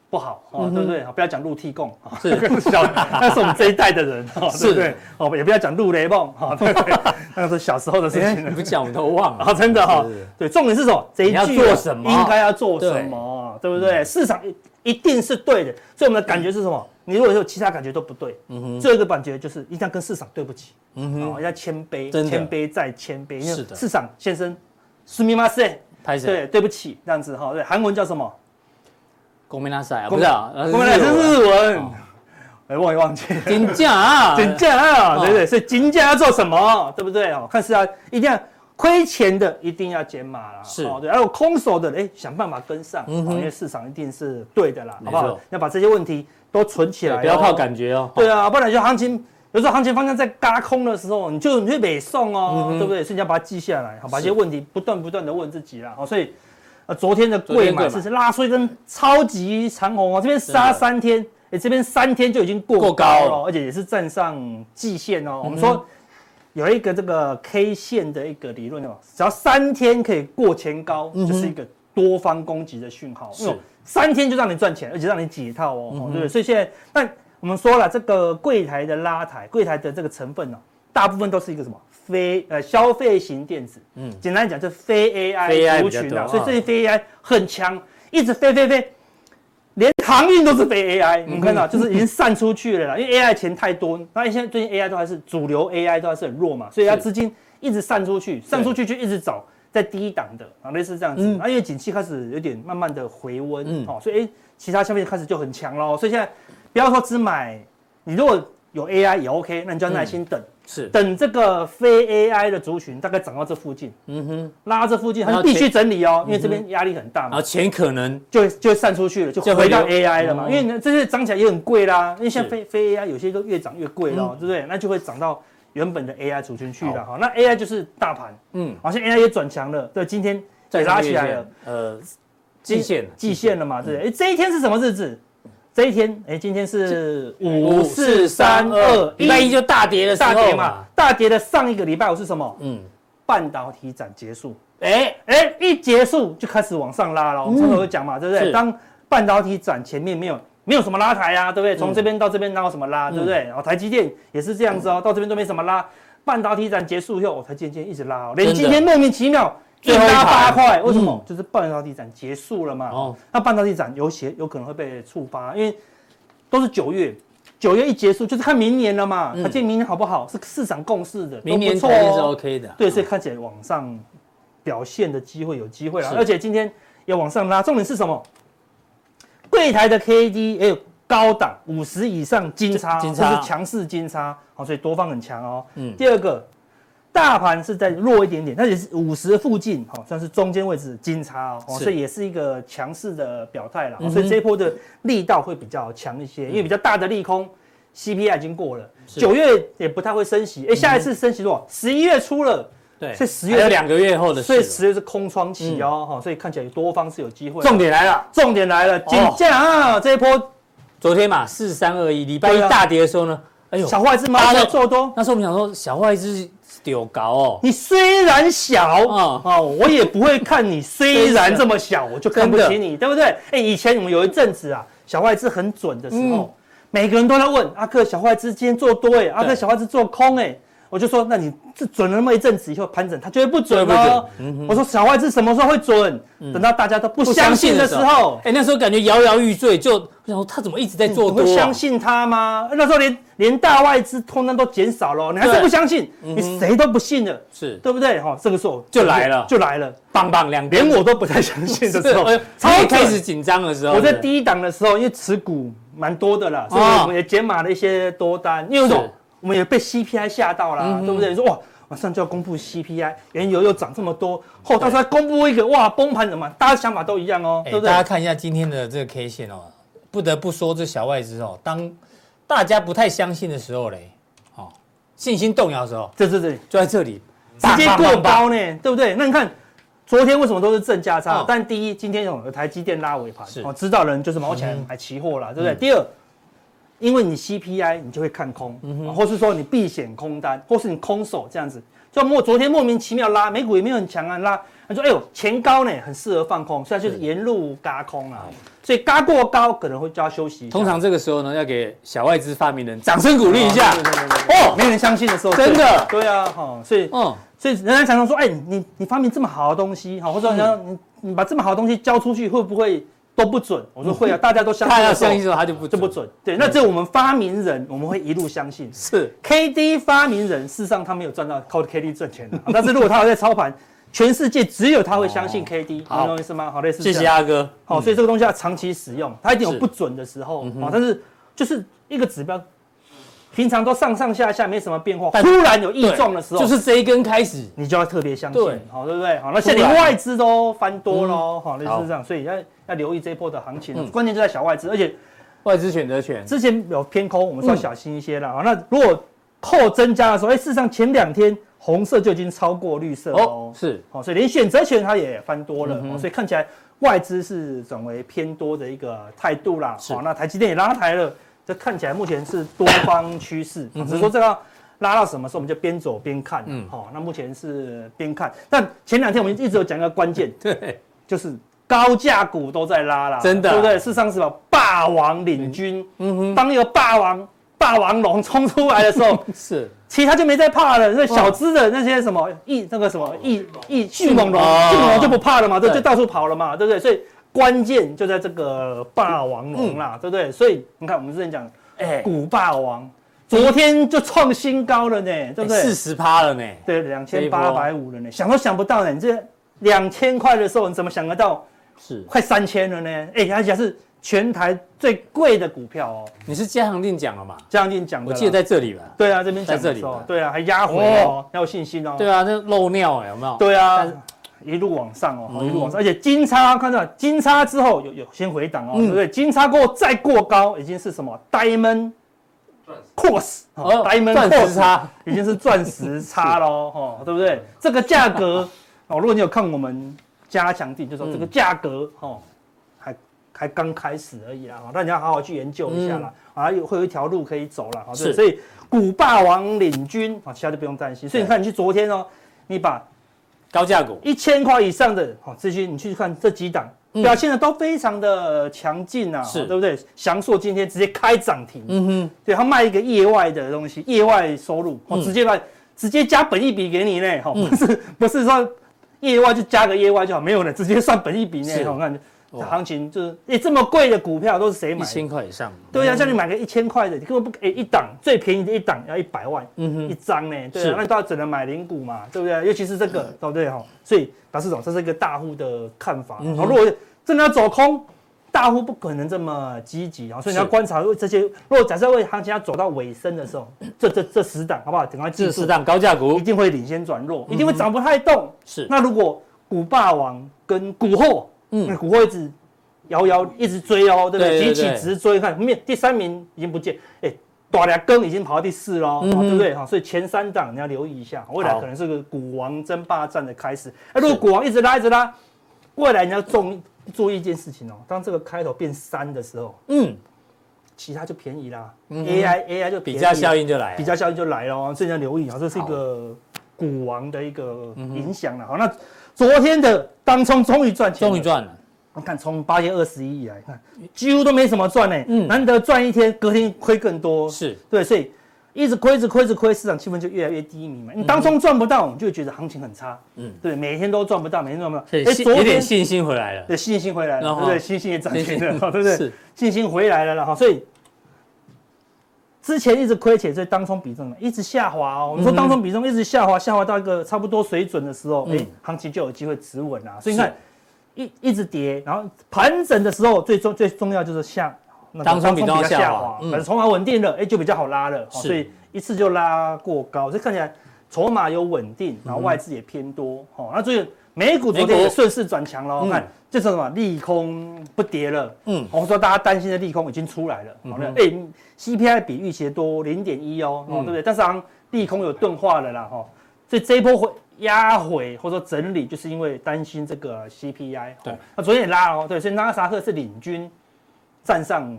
Speaker 2: 不好哦，
Speaker 1: 哼
Speaker 2: 对不对？不要讲陆地供啊，
Speaker 1: 是
Speaker 2: 小，那是我们这一代的人哈，对
Speaker 1: 是
Speaker 2: 不对？哦，也不要讲陆雷梦哈，对不 对？那是小时候的事
Speaker 1: 哎
Speaker 2: 情了
Speaker 1: 你。不讲我们都忘
Speaker 2: 啊，
Speaker 1: 了。
Speaker 2: 真的哈、
Speaker 1: 是是
Speaker 2: 对，重点是什么？这一句啊
Speaker 1: 你要做什么嗯
Speaker 2: 应该要做什么，对不对？市场一一定是对的，所以我们的感觉是什么？
Speaker 1: 嗯
Speaker 2: 你如果有其他感觉都不对，最后一个感觉就是一定要跟市场对不起，哦，要谦卑，
Speaker 1: 嗯真的
Speaker 2: 谦卑再谦卑，因为
Speaker 1: 是的
Speaker 2: 市场先生，すみません，
Speaker 1: 拍手。
Speaker 2: 对，对不起，这样子哈、对，韩文叫什么？
Speaker 1: 公民大赛不是啊，哦
Speaker 2: 我们来这
Speaker 1: 是
Speaker 2: 是日文，哎、忘也忘记了。
Speaker 1: 金价啊，
Speaker 2: 金价啊，
Speaker 1: 哦
Speaker 2: 对不对？所以金价要做什么，对不对？哦，看是要一定要亏钱的，一定要减码啦。
Speaker 1: 是
Speaker 2: 哦，对，还有空手的，哎，想办法跟上，
Speaker 1: 嗯
Speaker 2: 哦
Speaker 1: 哼
Speaker 2: 因为市场一定是对的啦，
Speaker 1: 没
Speaker 2: 好
Speaker 1: 错
Speaker 2: 不好？要把这些问题都存起来
Speaker 1: 对
Speaker 2: 哦，
Speaker 1: 不要靠感觉哦。
Speaker 2: 对啊，不然就行情。有时候行情方向在嘎空的时候，你就你会北送
Speaker 1: 嗯
Speaker 2: 哦，对不对？所以你要把它记下来，好，把一些问题不断不断的问自己啦。好，所以呃，昨天的贵
Speaker 1: 昨天贵
Speaker 2: 买
Speaker 1: 买
Speaker 2: 是拉出一根超级长红哦，这边杀
Speaker 1: 真的
Speaker 2: 三天，哎，这边三天就已经过
Speaker 1: 过高
Speaker 2: 高
Speaker 1: 了嗯
Speaker 2: 了，而且也是站上季线哦。我们说有一个这个 K 线的一个理论哦，只要三天可以过前高，就是一个多方攻击的讯号。
Speaker 1: 嗯是嗯
Speaker 2: 因为三天就让你赚钱，而且让你解套哦，哦对不对？所以现在，那我们说了，这个柜台的拉抬，柜台的这个成分呢、哦大部分都是一个什么非呃消费型电子，嗯，简单讲就是非 AI
Speaker 1: AI
Speaker 2: 族
Speaker 1: 比
Speaker 2: 群
Speaker 1: 较
Speaker 2: 啊，
Speaker 1: 多哦
Speaker 2: 所以这些非 AI 很强，一直飞飞飞。连航运都是非
Speaker 1: 嗯
Speaker 2: AI，你们看到就是已经散出去了啦，因为 AI 钱太多，那现在最近 AI 都还是主流 AI 都还是很弱嘛，所以它
Speaker 1: 是
Speaker 2: 资金一直散出去，散出去就一直找在低档的啊，类似这样子。那、因为景气开始有点慢慢的回温，
Speaker 1: 嗯
Speaker 2: 哦，所以哎、其他消费开始就很强喽。所以现在不要说只买，你如果有 AI 也 OK，那你就要耐心等，
Speaker 1: 是，
Speaker 2: 等这个非 AI 的族群大概涨到这附近，
Speaker 1: 嗯哼，
Speaker 2: 拉到这附近，
Speaker 1: 然
Speaker 2: 它
Speaker 1: 后
Speaker 2: 必须整理哦，因为这边压力很大
Speaker 1: 嗯然
Speaker 2: 嘛。
Speaker 1: 后钱可能
Speaker 2: 就会就会散出去了，就
Speaker 1: 就
Speaker 2: 回到
Speaker 1: 回
Speaker 2: AI 了嘛。
Speaker 1: 嗯
Speaker 2: 因为呢这些涨起来也很贵啦，因为像
Speaker 1: 是嗯
Speaker 2: 非非 AI 有些都越涨越贵了，对不对？那就会涨到原本的 AI 族群去了哈。那 AI 就是大盘，
Speaker 1: 嗯
Speaker 2: 嗯，好像 AI 也转强了，对，今天也拉起来了，，
Speaker 1: 呃，季线
Speaker 2: 季线了嘛，对不
Speaker 1: 嗯
Speaker 2: 对？哎，这一天是什么日子？这一天，哎，今天是五四三二
Speaker 1: 礼拜一
Speaker 2: 一
Speaker 1: 就大跌的时
Speaker 2: 大
Speaker 1: 候
Speaker 2: 跌嘛，，大跌的上一个礼拜五是什么？
Speaker 1: 嗯，
Speaker 2: 半导体展结束，
Speaker 1: 哎，嗯
Speaker 2: 哎，一结束就开始往上拉了。我们上头有讲嘛，对不
Speaker 1: 是
Speaker 2: 对？当半导体展前面没有没有什么拉抬啊，对不对？
Speaker 1: 嗯
Speaker 2: 从这边到这边哪有什么拉，对不对？然后哦台积电也是这样子哦，到这边都没什么拉。半导体展结束以后，台积电一直拉哦，连
Speaker 1: 真的
Speaker 2: 今天莫名其妙一
Speaker 1: 最后一
Speaker 2: 拉八
Speaker 1: 盘
Speaker 2: 块，为什
Speaker 1: 嗯
Speaker 2: 么？就是半导体展结束了嘛。
Speaker 1: 哦
Speaker 2: 哦，那半导体展有些有可能会被触发，因为都是九月。九月一结束就是看明年了嘛，
Speaker 1: 嗯
Speaker 2: 它见明年好不好是市场共识的，
Speaker 1: 明年
Speaker 2: 都不错
Speaker 1: 台面是
Speaker 2: 哦。
Speaker 1: OK 的，
Speaker 2: 对，所以看起来往上表现的机会有机会了
Speaker 1: 是，
Speaker 2: 而且今天也往上拉。重点是什么？柜台的 K D 也有高档五十以上金叉，
Speaker 1: 金叉
Speaker 2: 这是强势金叉，好，所以多方很强哦。
Speaker 1: 嗯
Speaker 2: 第二个，大盘是在弱一点点，但也是五十附近，好、算是中间位置金叉哦，哦
Speaker 1: 是
Speaker 2: 所以也是一个强势的表态了、哦
Speaker 1: 嗯哼
Speaker 2: 所以这一波的力道会比较强一些，因为比较大的利空。CPI 已经过了，
Speaker 1: 是
Speaker 2: 九月也不太会升息，哎、下一次升息多少？十一月初了，
Speaker 1: 对，
Speaker 2: 所以十月
Speaker 1: 还有两个月后的事
Speaker 2: 所
Speaker 1: 了，
Speaker 2: 以十月是空窗期哦，哈、所以看起来有多方是有机会。
Speaker 1: 重点来了，
Speaker 2: 重点来了，金价啊，这一波
Speaker 1: 昨天嘛四三二一，礼拜一
Speaker 2: 对啊
Speaker 1: 大跌的时候呢，哎呦，
Speaker 2: 小外资马上做多。
Speaker 1: 那时候我们想说小外资丢高哦，
Speaker 2: 你虽然小
Speaker 1: 嗯
Speaker 2: 哦我也不会看你虽然这么小，我就看不起你，对不对？哎，以前我们有一阵子啊，小外资很准的时
Speaker 1: 嗯
Speaker 2: 候，每个人都在问阿克小外资今天做多哎，阿克小外资做空哎，我就说那你这准了那么一阵子以后盘整，它绝对不准嗯
Speaker 1: 对不准
Speaker 2: 哦。我说小外资什么时候会准？等到大家都不相信的时候，
Speaker 1: 哎，那时候感觉摇摇欲坠，就我想说他怎么一直在做
Speaker 2: 你
Speaker 1: 多
Speaker 2: 会
Speaker 1: 啊
Speaker 2: 相？信他吗？那时候连连大外资通通都减少了哦，你还是
Speaker 1: 对
Speaker 2: 不相信，你谁都不信了。
Speaker 1: 是
Speaker 2: 对不对？哈、这个时候
Speaker 1: 嗯就来了
Speaker 2: 就来了，
Speaker 1: 棒棒两
Speaker 2: 连
Speaker 1: 根
Speaker 2: 我都不太相信的时候
Speaker 1: 哎呦，
Speaker 2: 超
Speaker 1: 超
Speaker 2: 准
Speaker 1: 开始。紧张的时候，
Speaker 2: 我在
Speaker 1: 对
Speaker 2: 低档的时候，因为持股蛮多的啦，所以
Speaker 1: 哦
Speaker 2: 我们也减码了一些多单，因为
Speaker 1: 是嗯
Speaker 2: 我我们也被 CPI 吓到啦，对不对？你说哇，马上就要公布 CPI，原油又涨这么多，后到时候再公布一个哇崩盘怎么办？大家想法都一样哦，
Speaker 1: 哎
Speaker 2: 对不对
Speaker 1: 大？家看一下今天的这个 K 线哦，不得不说这小外资哦，当大家不太相信的时候嘞，哦，信心动摇的时候，
Speaker 2: 这这这
Speaker 1: 就在这里
Speaker 2: 直接过。
Speaker 1: 棒
Speaker 2: 高呢，对不对？那你看昨天为什么都是正价差？
Speaker 1: 嗯
Speaker 2: 但第一，今天有台积电拉尾盘
Speaker 1: 是，嗯
Speaker 2: 哦，知道人就是毛起来买期货啦，对不对？第二，因为你 CPI 你就会看空，
Speaker 1: 嗯
Speaker 2: 哦或是说你避险空单，或是你空手这样子，就莫昨天莫名其妙拉，美股也没有很强啊，拉。他说：“哎呦，前高呢，很适合放空，所以它就是
Speaker 1: 是
Speaker 2: 沿路嘎空啊，所以嘎过高可能会叫它休息一下。
Speaker 1: 通常这个时候呢，要给小外资发明人掌声鼓励一下
Speaker 2: 哦对对对对
Speaker 1: 哦。
Speaker 2: 没人相信的时候，
Speaker 1: 真的
Speaker 2: 对啊，哈、所以
Speaker 1: 嗯，
Speaker 2: 所以人家常常说，哎、你你发明这么好的东西，哈，或者人家你你把这么好的东西交出去，会不 会都不准？我说会啊，大家都相信
Speaker 1: 他
Speaker 2: 的时候，
Speaker 1: 要相信的时候，他就不
Speaker 2: 就不准。对，那只有我们发明人，我们会一路相信。
Speaker 1: 是
Speaker 2: K D 发明人，事实上他没有赚到靠 K D 赚钱的，但是如果他有在操盘，全世界只有他会相信
Speaker 1: 哦
Speaker 2: K D，、
Speaker 1: 好
Speaker 2: 你懂我意思吗？好，啊类似这
Speaker 1: 谢
Speaker 2: 样
Speaker 1: 谢阿哥。
Speaker 2: 好、所以这个东西要长期使用，它一定有
Speaker 1: 是
Speaker 2: 不准的时候，好、但嗯是就是一个指标，平常都上上下下没什么变化，
Speaker 1: 但
Speaker 2: 突然有异
Speaker 1: 对
Speaker 2: 状的时候，
Speaker 1: 就是这一根开始，
Speaker 2: 你就要特别相信
Speaker 1: 对，
Speaker 2: 好，对不对？好，那现在
Speaker 1: 突然嗯
Speaker 2: 连外资都翻多喽，好，类似
Speaker 1: 好
Speaker 2: 这样，所以要要留意这一波的行情
Speaker 1: 嗯，
Speaker 2: 关键就在小外资，而且
Speaker 1: 外资选择权
Speaker 2: 之前有偏空，我们说小心一些啦。
Speaker 1: 嗯
Speaker 2: 好，那如果扣增加的时候，哎，事实上前两天红色就已经超过绿色
Speaker 1: 哦
Speaker 2: 哦，，
Speaker 1: 是
Speaker 2: 好，所以连选择权它也翻多了，
Speaker 1: 嗯哼
Speaker 2: 哦所以看起来外资是转为偏多的一个态度啦。
Speaker 1: 是
Speaker 2: 好，那台积电也拉抬了，这看起来目前是多方趋势，哦只是说这个拉到什么时候，我们就边走边看。
Speaker 1: 嗯
Speaker 2: 嗯，好，那目前是边看，但前两天我们一直有讲一个关键，
Speaker 1: 对，
Speaker 2: 就是高价股都在拉啦，
Speaker 1: 真的啊
Speaker 2: 对不对？事实上是吧，霸王领军，
Speaker 1: 嗯哼，
Speaker 2: 当一个霸王霸王龙冲出来的时候，
Speaker 1: 是
Speaker 2: 其他就没再怕了。那小资的那些什么异那个什么异异迅猛龙，
Speaker 1: 哦
Speaker 2: 迅猛龙就不怕了嘛，就
Speaker 1: 对
Speaker 2: 就到处跑了嘛，对不对？所以关键就在这个霸王龙
Speaker 1: 嗯
Speaker 2: 啦，对不对？所以你看我们之前讲
Speaker 1: 哎，
Speaker 2: 古霸王，昨天就创新高了呢，对不
Speaker 1: 四
Speaker 2: 对？
Speaker 1: 十趴了呢，
Speaker 2: 对，两
Speaker 1: 这一
Speaker 2: 千
Speaker 1: 波
Speaker 2: 八百五了呢，想都想不到呢，你这两千块的时候，你怎么想得到
Speaker 1: 是，
Speaker 2: 快三千了呢？哎，而且还是全台最贵的股票哦，
Speaker 1: 你是嘉航定讲了嘛？
Speaker 2: 这样定讲的
Speaker 1: 我
Speaker 2: 啦。
Speaker 1: 记得在这里吧？
Speaker 2: 对啊，这边讲
Speaker 1: 在这
Speaker 2: 的
Speaker 1: 里
Speaker 2: 时候
Speaker 1: 吧，
Speaker 2: 对啊，还压回哦，要有信心哦。
Speaker 1: 对啊，那漏尿哎，有没有？
Speaker 2: 对啊
Speaker 1: 但是，
Speaker 2: 一路往上哦，
Speaker 1: 嗯
Speaker 2: 一路往上，而且金叉看到金叉之后有有先回档哦，
Speaker 1: 嗯
Speaker 2: 对不对？金叉过后再过高，已经是什么 diamond cross 哦
Speaker 1: 哦
Speaker 2: diamond
Speaker 1: 钻
Speaker 2: cross
Speaker 1: 石差，
Speaker 2: 已经是钻石叉喽， 哦，对不对？这个价格 哦，如果你有看我们加强地，就说
Speaker 1: 嗯
Speaker 2: 这个价格哦，还还刚开始而已啦，哦，但你要好好去研究一下啦，啊，有会有一条路可以走啦，哦好，
Speaker 1: 嗯
Speaker 2: 对
Speaker 1: 是
Speaker 2: 所以古霸王领军啊，其他就不用担心。所以你
Speaker 1: 对
Speaker 2: 看，你去昨天哦，你把
Speaker 1: 高价股，
Speaker 2: 一千块以上的哦，这些你去看这几档。
Speaker 1: 嗯
Speaker 2: 表现的都非常的强劲啊，
Speaker 1: 是
Speaker 2: 哦对不对？翔硕今天直接开涨停，
Speaker 1: 嗯哼，
Speaker 2: 对他卖一个业外的东西，业外收入，哦，
Speaker 1: 嗯
Speaker 2: 直接把直接加本一笔给你呢，哈、哦，不是不是说业外就加个业外就好，没有呢，直接算本一笔呢
Speaker 1: 是，
Speaker 2: 我看这
Speaker 1: 哇
Speaker 2: 行情就是，哎、这么贵的股票都是谁
Speaker 1: 一
Speaker 2: 买的？
Speaker 1: 千嗯块以上，
Speaker 2: 对呀、啊，叫你买个一千块的，你根本不哎、一档最便宜的一档要一百万，
Speaker 1: 嗯
Speaker 2: 一
Speaker 1: 哼，
Speaker 2: 张呢，对、
Speaker 1: 是嗯
Speaker 2: 啊，那到只能买零股嘛，对不对？尤其是这个，对不对哈？所以表示总这是一个大户的看法。
Speaker 1: 嗯
Speaker 2: 好，如果真的要走空，大户不可能这么积极啊，所以你要
Speaker 1: 是
Speaker 2: 观察这些。如果假设为行情要走到尾声的时候，这这这十档好不好？赶快
Speaker 1: 这
Speaker 2: 记
Speaker 1: 是
Speaker 2: 住，
Speaker 1: 档嗯高价
Speaker 2: 一
Speaker 1: 股，
Speaker 2: 定会领先转弱，一定会涨不太动。
Speaker 1: 是
Speaker 2: 那如果股霸王跟股后，
Speaker 1: 嗯
Speaker 2: 嗯，股后一直摇摇一直追哦，对不
Speaker 1: 对
Speaker 2: 对？
Speaker 1: 对
Speaker 2: 急
Speaker 1: 对
Speaker 2: 起直追，看面第三名已经不见，哎，短俩更已经跑到第四喽、
Speaker 1: 嗯
Speaker 2: 哦
Speaker 1: 哼
Speaker 2: 对不对？哈，所以前三档你要留意一下，未来
Speaker 1: 好
Speaker 2: 可能是个股王争霸战的开始。哎，如果股王一直拉一直拉，未来你要重注意一件事情哦，当这个开头变三的时候，
Speaker 1: 嗯，
Speaker 2: 其他就便宜啦、
Speaker 1: 嗯哼
Speaker 2: a i AI 就便
Speaker 1: 比
Speaker 2: 宜
Speaker 1: 较效应就来
Speaker 2: 比
Speaker 1: 了。
Speaker 2: 较效应就来了哦，所以要留意啊，这是一个股王的一个
Speaker 1: 嗯
Speaker 2: 影响了。好，那昨天的当冲终于赚钱，
Speaker 1: 终于，赚了，
Speaker 2: 你看从八月二十一以来，看几乎都没什么赚呢，
Speaker 1: 嗯
Speaker 2: 难得赚一天，隔天亏更多，
Speaker 1: 是
Speaker 2: 对，所以一直亏，一直亏，一直亏，市场气氛就越来越低迷嘛。你当冲赚不到，我们就会觉得行情很差，
Speaker 1: 嗯
Speaker 2: 嗯，对，每天都赚不到，哎每天都赚不
Speaker 1: 所
Speaker 2: 到，
Speaker 1: 以信有点信心回来了。
Speaker 2: 对，信心回来了，
Speaker 1: 然
Speaker 2: 对
Speaker 1: 后
Speaker 2: 不对？信心也涨停了， 对不对？
Speaker 1: 是
Speaker 2: 信心回来了啦，哈，所以之前一直亏钱，所以当冲比重一直下滑哦。我们说
Speaker 1: 嗯哼
Speaker 2: 当冲比重一直下滑，下滑到一个差不多水准的时候，哎、
Speaker 1: 嗯
Speaker 2: 行情就有机会止稳啦。所以
Speaker 1: 是
Speaker 2: 你看，一一直跌，然后盘整的时候，最重最重要就是下。那个
Speaker 1: 当冲比重要
Speaker 2: 当比较
Speaker 1: 下
Speaker 2: 下
Speaker 1: 滑
Speaker 2: 滑，
Speaker 1: 嗯
Speaker 2: 反正筹码稳定了，哎，就比较好拉了，哦
Speaker 1: 是
Speaker 2: 所以一次就拉过高，这看起来筹码有稳定，然后外资也偏多，哦，那所以美股昨天
Speaker 1: 嗯美
Speaker 2: 也
Speaker 1: 股
Speaker 2: 顺势转强喽，
Speaker 1: 嗯
Speaker 2: 看这是什么利空不跌了，
Speaker 1: 嗯，
Speaker 2: 我说大家担心的利空已经出来了，好了，哎，CPI 比预期的多零点一哦，哦
Speaker 1: 嗯
Speaker 2: 对不对？但是好像利空有钝化了啦，哈，所以这一波回压回或者说整理，就是因为担心这个 CPI 哦。
Speaker 1: 对
Speaker 2: 那昨天也拉了哦，对，所以纳斯达克是领军站上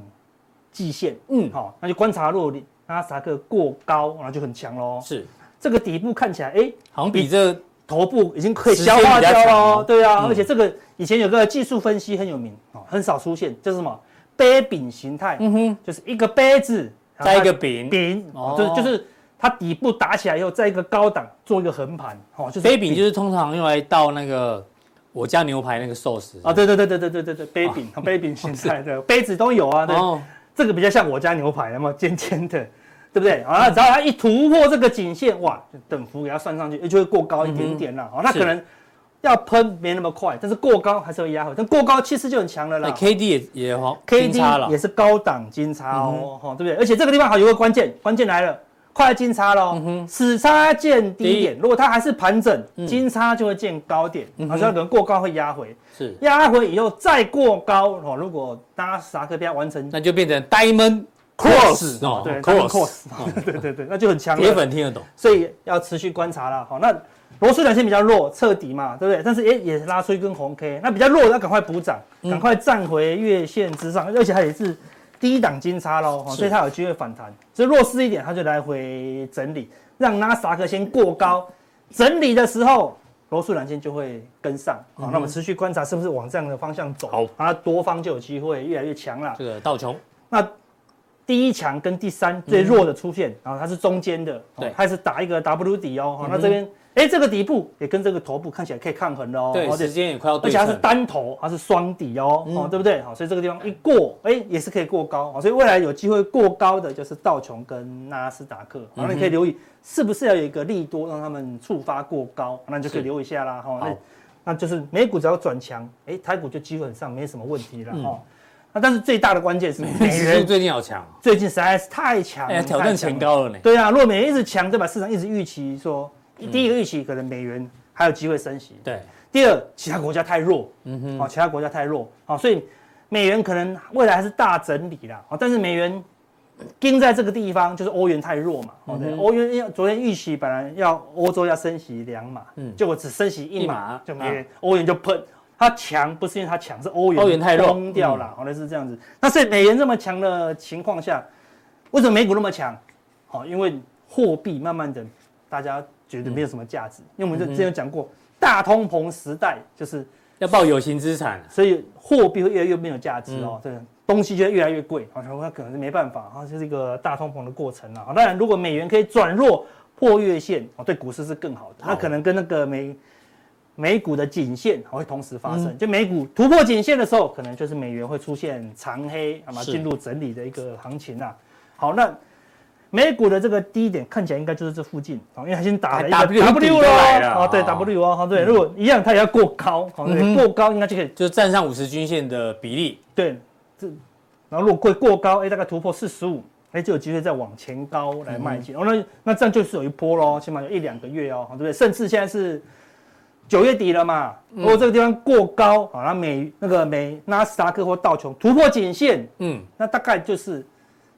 Speaker 2: 季线，
Speaker 1: 嗯，
Speaker 2: 好，那就观察如果纳斯达克过高，然后就很强喽。
Speaker 1: 是，
Speaker 2: 这个底部看起来，哎，
Speaker 1: 好像比这
Speaker 2: 头部已经可以
Speaker 1: 时
Speaker 2: 消
Speaker 1: 间
Speaker 2: 化
Speaker 1: 比较
Speaker 2: 掉
Speaker 1: 长哦
Speaker 2: 喽。对啊，
Speaker 1: 嗯
Speaker 2: 而且这个以前有个技术分析很有名哦，很少出现，就是什么杯柄形态，
Speaker 1: 嗯哼，
Speaker 2: 就是一个杯子
Speaker 1: 再一个
Speaker 2: 然后它
Speaker 1: 饼，
Speaker 2: 柄，哦
Speaker 1: 哦
Speaker 2: 就就是它底部打起来以后，在一个高档做一个横盘，哦，就是
Speaker 1: 飞饼就是通常用来倒那个我家牛排那个寿司
Speaker 2: 啊，对对对对对对对对，杯柄杯柄形态的杯子都有啊，对，
Speaker 1: 哦，
Speaker 2: 这个比较像我家牛排，那么尖尖的，对不对？
Speaker 1: 嗯
Speaker 2: 啊，只要它一突破这个颈线，哇，等幅给它算上去，就会过高一点点啦。哦，那
Speaker 1: 嗯是
Speaker 2: 可能要喷没那么快，但是过高还是会压回，但过高气势就很强了
Speaker 1: 那
Speaker 2: 啦。
Speaker 1: 哎 K D 也也黄金
Speaker 2: K
Speaker 1: 叉
Speaker 2: D
Speaker 1: 了嗯
Speaker 2: 也，是高档金叉哦，哦对不对？而且这个地方还有个关键，关键来了，快金叉喽，
Speaker 1: 嗯
Speaker 2: 死叉见低点，如果它还是盘整，金叉就会见高点，
Speaker 1: 嗯
Speaker 2: 啊
Speaker 1: 嗯哼
Speaker 2: 好像可能过高会压回，
Speaker 1: 是，
Speaker 2: 压回以后再过高哦，如果大家啥克标完成
Speaker 1: 那就变成 Diamond Cross 哦
Speaker 2: 对，Diamond
Speaker 1: ，Cross，
Speaker 2: cross，对哦对对，那就很强
Speaker 1: 铁
Speaker 2: 了，
Speaker 1: 粉听得懂，
Speaker 2: 所以要持续观察啦。好，那罗素两线比较弱，彻底嘛，对不对？但是也也拉出一根红 K，那比较弱的要赶快补涨，
Speaker 1: 嗯
Speaker 2: 赶快站回月线之上，而且它也是低档金叉喽，哈
Speaker 1: 是
Speaker 2: 所以它有机会反弹。所以弱势一点，它就来回整理，让纳斯达克先过高，整理的时候。罗素两线就会跟上，好，那我们持续观察是不是往这样的方向走，
Speaker 1: 嗯好，
Speaker 2: 那多方就有机会越来越强啦。
Speaker 1: 这个道琼
Speaker 2: 那第一强跟第三最弱的出现，然后它是中间的，
Speaker 1: 嗯对
Speaker 2: 哦它是打一个 W 底哦。哦
Speaker 1: 嗯哼
Speaker 2: 那这边，哎，这个底部也跟这个头部看起来可以抗衡了哦。
Speaker 1: 对
Speaker 2: 哦
Speaker 1: 时间也快要
Speaker 2: 而
Speaker 1: 对
Speaker 2: 且它是
Speaker 1: 称，
Speaker 2: 单头，它是双底哦，
Speaker 1: 嗯
Speaker 2: 哦，对不对？好，所以这个地方一过，哎，也是可以过高，哦，所以未来有机会过高的就是道琼跟纳斯达克，
Speaker 1: 嗯
Speaker 2: 然
Speaker 1: 哼
Speaker 2: 后你可以留意是不是要有一个利多让他们触发过高，哦那你就可以留意一下啦，哈、
Speaker 1: 好
Speaker 2: 那那就是美股只要转强，哎，台股就基本上没什么问题了，
Speaker 1: 嗯
Speaker 2: 哦。那但是最大的关键是美
Speaker 1: 指数
Speaker 2: 元
Speaker 1: 最近好强，
Speaker 2: 最近实在是太强
Speaker 1: 哎，
Speaker 2: 了，
Speaker 1: 挑战
Speaker 2: 太强
Speaker 1: 前
Speaker 2: 了
Speaker 1: 高了呢，
Speaker 2: 对啊，若美元一直强，对吧？市场一直预期说，第一个预期可能美元还有机会升息，
Speaker 1: 对，
Speaker 2: 第二，其他国家太弱，
Speaker 1: 嗯
Speaker 2: 嗯
Speaker 1: 哼
Speaker 2: 哼，哦，其他国家太弱，哦，所以美元可能未来还是大整理啦，哦，但是美元盯在这个地方，就是欧元太弱嘛，
Speaker 1: 嗯
Speaker 2: 哦，对，欧元要昨天预期本来要欧洲要升息两码，
Speaker 1: 嗯
Speaker 2: 嗯，结果只升息一
Speaker 1: 一码啊
Speaker 2: 码，就美元欧元就喷。它强不是因为它强，是欧元
Speaker 1: 欧元太弱嗯
Speaker 2: 崩掉了，好像是这样子。那所以美元这么强的情况下，为什么美股那么强？好，因为货币慢慢的大家觉得没有什么价值，
Speaker 1: 嗯
Speaker 2: 因为我们就之前有讲过，大通膨时代就是，
Speaker 1: 要报有形资产，
Speaker 2: 所以货币会越来越没有价值
Speaker 1: 嗯
Speaker 2: 哦，对，东西就会越来越贵，好像它可能是没办法，它就是一个大通膨的过程啦。好当然，如果美元可以转弱破月线，哦，对股市是更好的，
Speaker 1: 好
Speaker 2: 那可能跟那个美。美股的颈线哦会同时发
Speaker 1: 嗯
Speaker 2: 生，就美股突破颈线的时候，可能就是美元会出现长黑，那么
Speaker 1: 是
Speaker 2: 进入整理的一个行情啊。好，那美股的这个低点看起来应该就是这附近，哦，因为它先打了一
Speaker 1: 哎
Speaker 2: 个
Speaker 1: W 底都
Speaker 2: 咯
Speaker 1: 来了
Speaker 2: 哦，对
Speaker 1: 哦
Speaker 2: W 哦，哦对，如果一样它也要过高，哦
Speaker 1: 嗯哼
Speaker 2: 对，过高应该就可以
Speaker 1: 就站上五十均线的比例，
Speaker 2: 对，这然后如果过过高，哎，大概突破四十五，哎，就有机会再往前高来迈
Speaker 1: 嗯
Speaker 2: 进。哦，那那这样就是有一波喽，起码有一两个月哦，对不对？甚至现在是九月底了嘛，
Speaker 1: 嗯
Speaker 2: 如果这个地方过高，好，那美那个美纳斯达克或道琼突破颈线，
Speaker 1: 嗯，
Speaker 2: 那大概就是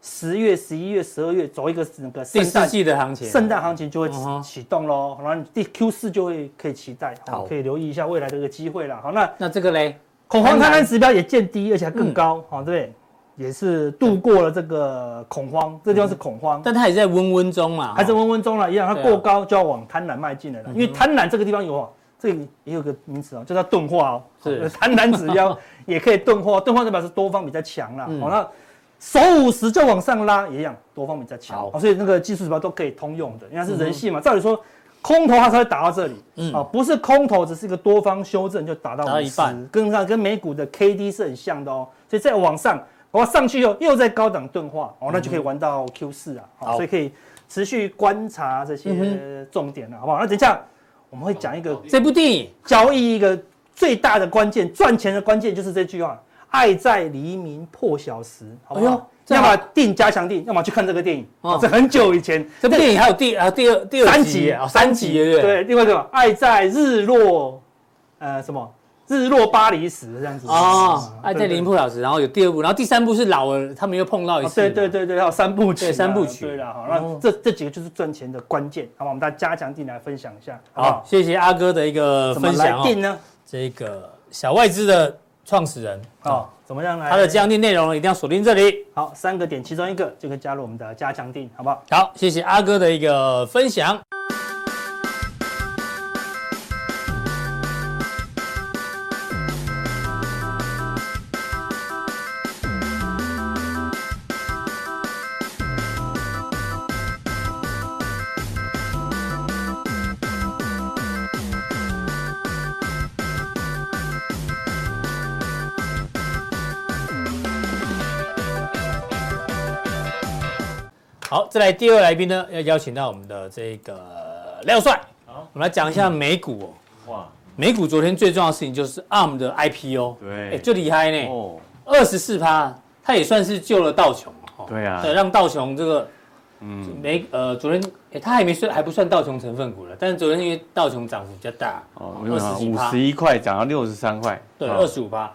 Speaker 2: 十月、十一月、十二月走一个整个
Speaker 1: 第
Speaker 2: 圣
Speaker 1: 四
Speaker 2: 诞
Speaker 1: 季的行情，啊
Speaker 2: 圣诞行情就会
Speaker 1: 嗯哼
Speaker 2: 启动喽，然后你第 Q 四就会可以期待，好，
Speaker 1: 好
Speaker 2: 可以留意一下未来的一个机会啦。好，那
Speaker 1: 那这个嘞，
Speaker 2: 恐慌贪婪指标也见低，而且还更高，好，对不对，也是度过了这个恐慌，这地方是恐慌，
Speaker 1: 但它也在温温中嘛，
Speaker 2: 还是
Speaker 1: 哦
Speaker 2: 温温中了，一样，它
Speaker 1: 对啊嗯
Speaker 2: 过高就要往贪婪迈进了啦，因为贪婪这个地方有哦，这里也有个名词哦，就叫钝化哦，
Speaker 1: 是
Speaker 2: 贪婪指标也可以钝化，钝化代表是多方比较强啦，
Speaker 1: 嗯
Speaker 2: 好，那首五十就往上拉也一样，多方比较强
Speaker 1: 好，
Speaker 2: 哦所以那个技术指标都可以通用的，因为它是人性嘛，照理说。空头它才会打到这里，
Speaker 1: 嗯
Speaker 2: 啊，不是空头，只是一个多方修正就打到
Speaker 1: 打到一
Speaker 2: 50
Speaker 1: 半，
Speaker 2: 跟上跟美股的 K D 是很像的哦，所以再往上，我上去以后又在高档钝化，哦，那就可以玩到 Q 四啊，好，
Speaker 1: 嗯好
Speaker 2: 所以可以持续观察这
Speaker 1: 嗯
Speaker 2: 些重点了，好不好？那等一下我们会讲一个
Speaker 1: 这部电影
Speaker 2: 交易一个最大的关键，赚钱的关键就是这句话：爱在黎明破晓时，好不
Speaker 1: 哎
Speaker 2: 好
Speaker 1: 呦？这
Speaker 2: 要
Speaker 1: 好
Speaker 2: 么定加强定，要么去看这个电影。
Speaker 1: 哦
Speaker 2: 这很久以前，
Speaker 1: 这部电影还有第啊第二第二
Speaker 2: 三
Speaker 1: 集
Speaker 2: 集
Speaker 1: 啊，哦三集对不对？
Speaker 2: 对，另外一个爱在日落，呃，什么日落巴黎时这样子啊
Speaker 1: 哦，爱在林
Speaker 2: 林。
Speaker 1: 破老师，然后有第二部，然后第三部是老了，他们又碰到一
Speaker 2: 哦
Speaker 1: 次，
Speaker 2: 对对，对对，还有三部曲啊，
Speaker 1: 对三部曲
Speaker 2: 对啦，好，
Speaker 1: 哦
Speaker 2: 那这这几个就是赚钱的关键，好吧？我们大家加强定来分享一下，好不
Speaker 1: 好
Speaker 2: 好，？
Speaker 1: 谢谢阿哥的一个
Speaker 2: 怎么
Speaker 1: 分
Speaker 2: 来
Speaker 1: 享
Speaker 2: 定
Speaker 1: 哦，
Speaker 2: 呢？
Speaker 1: 这个小外资的创始人
Speaker 2: 哦
Speaker 1: 啊，，
Speaker 2: 怎么样来？
Speaker 1: 他的这样内容一定要锁定这里。
Speaker 2: 好，三个点其中一个就可以加入我们的加强定，好不好？
Speaker 1: 好，谢谢阿哥的一个分享。好，再来第二位来宾呢，要邀请到我们的这个廖帅。
Speaker 3: 好
Speaker 1: 我们来讲一下美股哦。
Speaker 3: 哇，
Speaker 1: 美股昨天最重要的事情就是 ARM 的 IPO，
Speaker 3: 对
Speaker 1: 哎，最厉害呢，
Speaker 3: 哦，
Speaker 1: 二十四趴，它也算是救了道琼哦。
Speaker 3: 对啊
Speaker 1: 对，让道琼这个
Speaker 3: 嗯，
Speaker 1: 美呃，昨天哎，它还没算还不算道琼成分股了，但是昨天因为道琼涨幅比较大，
Speaker 3: 哦，
Speaker 1: 二十几
Speaker 3: 五
Speaker 1: 趴
Speaker 3: 十，一块涨到六十三块，
Speaker 1: 对，
Speaker 3: 哦
Speaker 1: 二十五趴。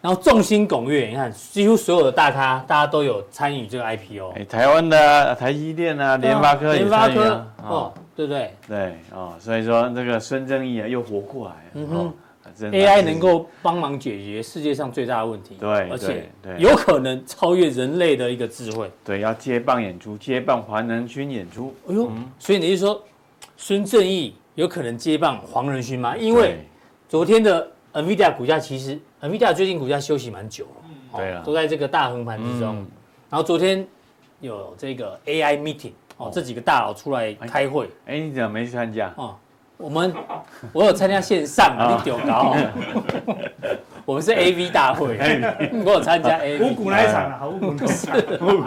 Speaker 1: 然后众星拱月，你看几乎所有的大咖，大家都有参与这个 IPO，
Speaker 3: 哎，台湾的啊台积电啊，联发科也
Speaker 1: 联发
Speaker 3: 参与
Speaker 1: 科
Speaker 3: 啊，
Speaker 1: 哦
Speaker 3: 哦，，
Speaker 1: 对不对
Speaker 3: 对哦，所以说这个孙正义啊又活过来了，
Speaker 1: 嗯
Speaker 3: 嗯
Speaker 1: 哼
Speaker 3: 哼真的
Speaker 1: ？AI
Speaker 3: 是
Speaker 1: 能够帮忙解决世界上最大的问题，
Speaker 3: 对
Speaker 1: 而且
Speaker 3: 对对
Speaker 1: 有可能超越人类的一个智慧。
Speaker 3: 对要接棒演出，接棒黄仁勋演出，
Speaker 1: 哎呦，
Speaker 3: 嗯
Speaker 1: 所以你是说孙正义有可能接棒黄仁勋吗？因为昨天的 NVIDIA 股价其实 NVIDIA 最近股价休息蛮久了，哦
Speaker 3: 对啊
Speaker 1: 都在这个大横盘之中。
Speaker 3: 嗯
Speaker 1: 然后昨天有这个 AI meeting 哦，这几个大佬出来开会
Speaker 3: 对哎，你怎么没去参加？
Speaker 1: 哦。我们我有参加线上啊，
Speaker 3: 啊
Speaker 1: 你丢 高哦，我们是 AV 大会，嗯我有参加 AV。
Speaker 2: 五股那一场啊，好，五股那一场。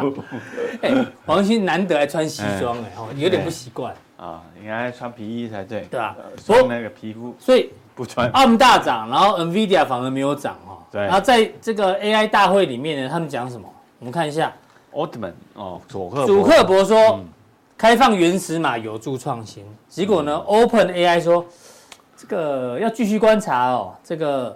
Speaker 1: 哎，黄兴难得还穿西装哎，哦，有点不习惯，
Speaker 3: 啊，应该穿皮衣才对，
Speaker 1: 对啊哦吧
Speaker 3: 呃
Speaker 1: 不
Speaker 3: 穿那个皮肤
Speaker 1: 所以
Speaker 3: 不穿，
Speaker 1: ARM 大涨，然后 NVIDIA 反而没有涨哦。
Speaker 3: 对
Speaker 1: 然后在这个 AI 大会里面呢，他们讲什么？我们看一下，
Speaker 3: 奥特曼哦，佐克
Speaker 1: 祖克伯说、
Speaker 3: 嗯
Speaker 1: 开放原始码有助创新，结果呢、o
Speaker 3: 嗯
Speaker 1: p e n AI 说这个要继续观察哦，这个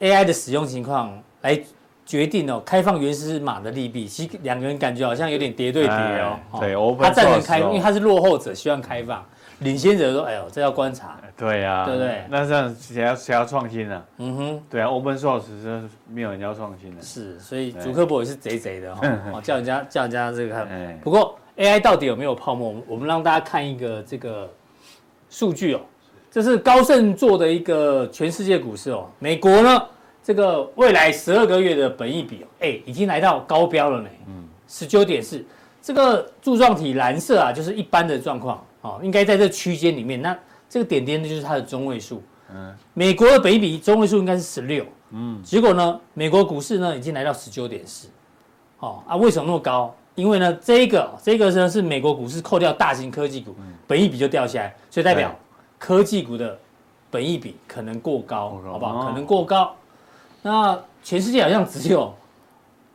Speaker 1: AI 的使用情况来决定哦开放原始码的利弊。其实两个人感觉好像有点叠对叠哦
Speaker 3: 哎。
Speaker 1: 哦
Speaker 3: 对，open
Speaker 1: 他赞成
Speaker 3: source
Speaker 1: 开，
Speaker 3: 哦
Speaker 1: 因为他是落后者，希望开放。领先者说：“哎呦，这要观察。
Speaker 3: 对呀、
Speaker 1: 对不对
Speaker 3: 那这样谁要谁要创新啊？”
Speaker 1: 嗯哼，
Speaker 3: 对啊，open source 是没有人要创新的。
Speaker 1: 是，所以
Speaker 3: 对嗯
Speaker 1: 主科博也是贼贼的哈、哦，叫人家叫人家这个看
Speaker 3: 哎
Speaker 1: 不过 AI 到底有没有泡沫？我们我们让大家看一个这个数据哦，这是高盛做的一个全世界股市哦，美国呢这个未来十二个月的本益比哦，哎，已经来到高标了呢，嗯，十九点四，这个柱状体蓝色啊，就是一般的状况哦，应该在这区间里面，那这个点点呢就是它的中位数，
Speaker 3: 嗯
Speaker 1: 美国的本益比中位数应该是十六，
Speaker 3: 嗯，
Speaker 1: 结果呢，美国股市呢已经来到十九点四，哦啊，为什么那么高？因为呢，这一个这个呢是美国股市扣掉大型科技股，本益比就掉下来，所以代表
Speaker 3: 对
Speaker 1: 科技股的本益比可能过高，
Speaker 3: 过高
Speaker 1: 好不好？
Speaker 3: 哦
Speaker 1: 可能过高。那全世界好像只有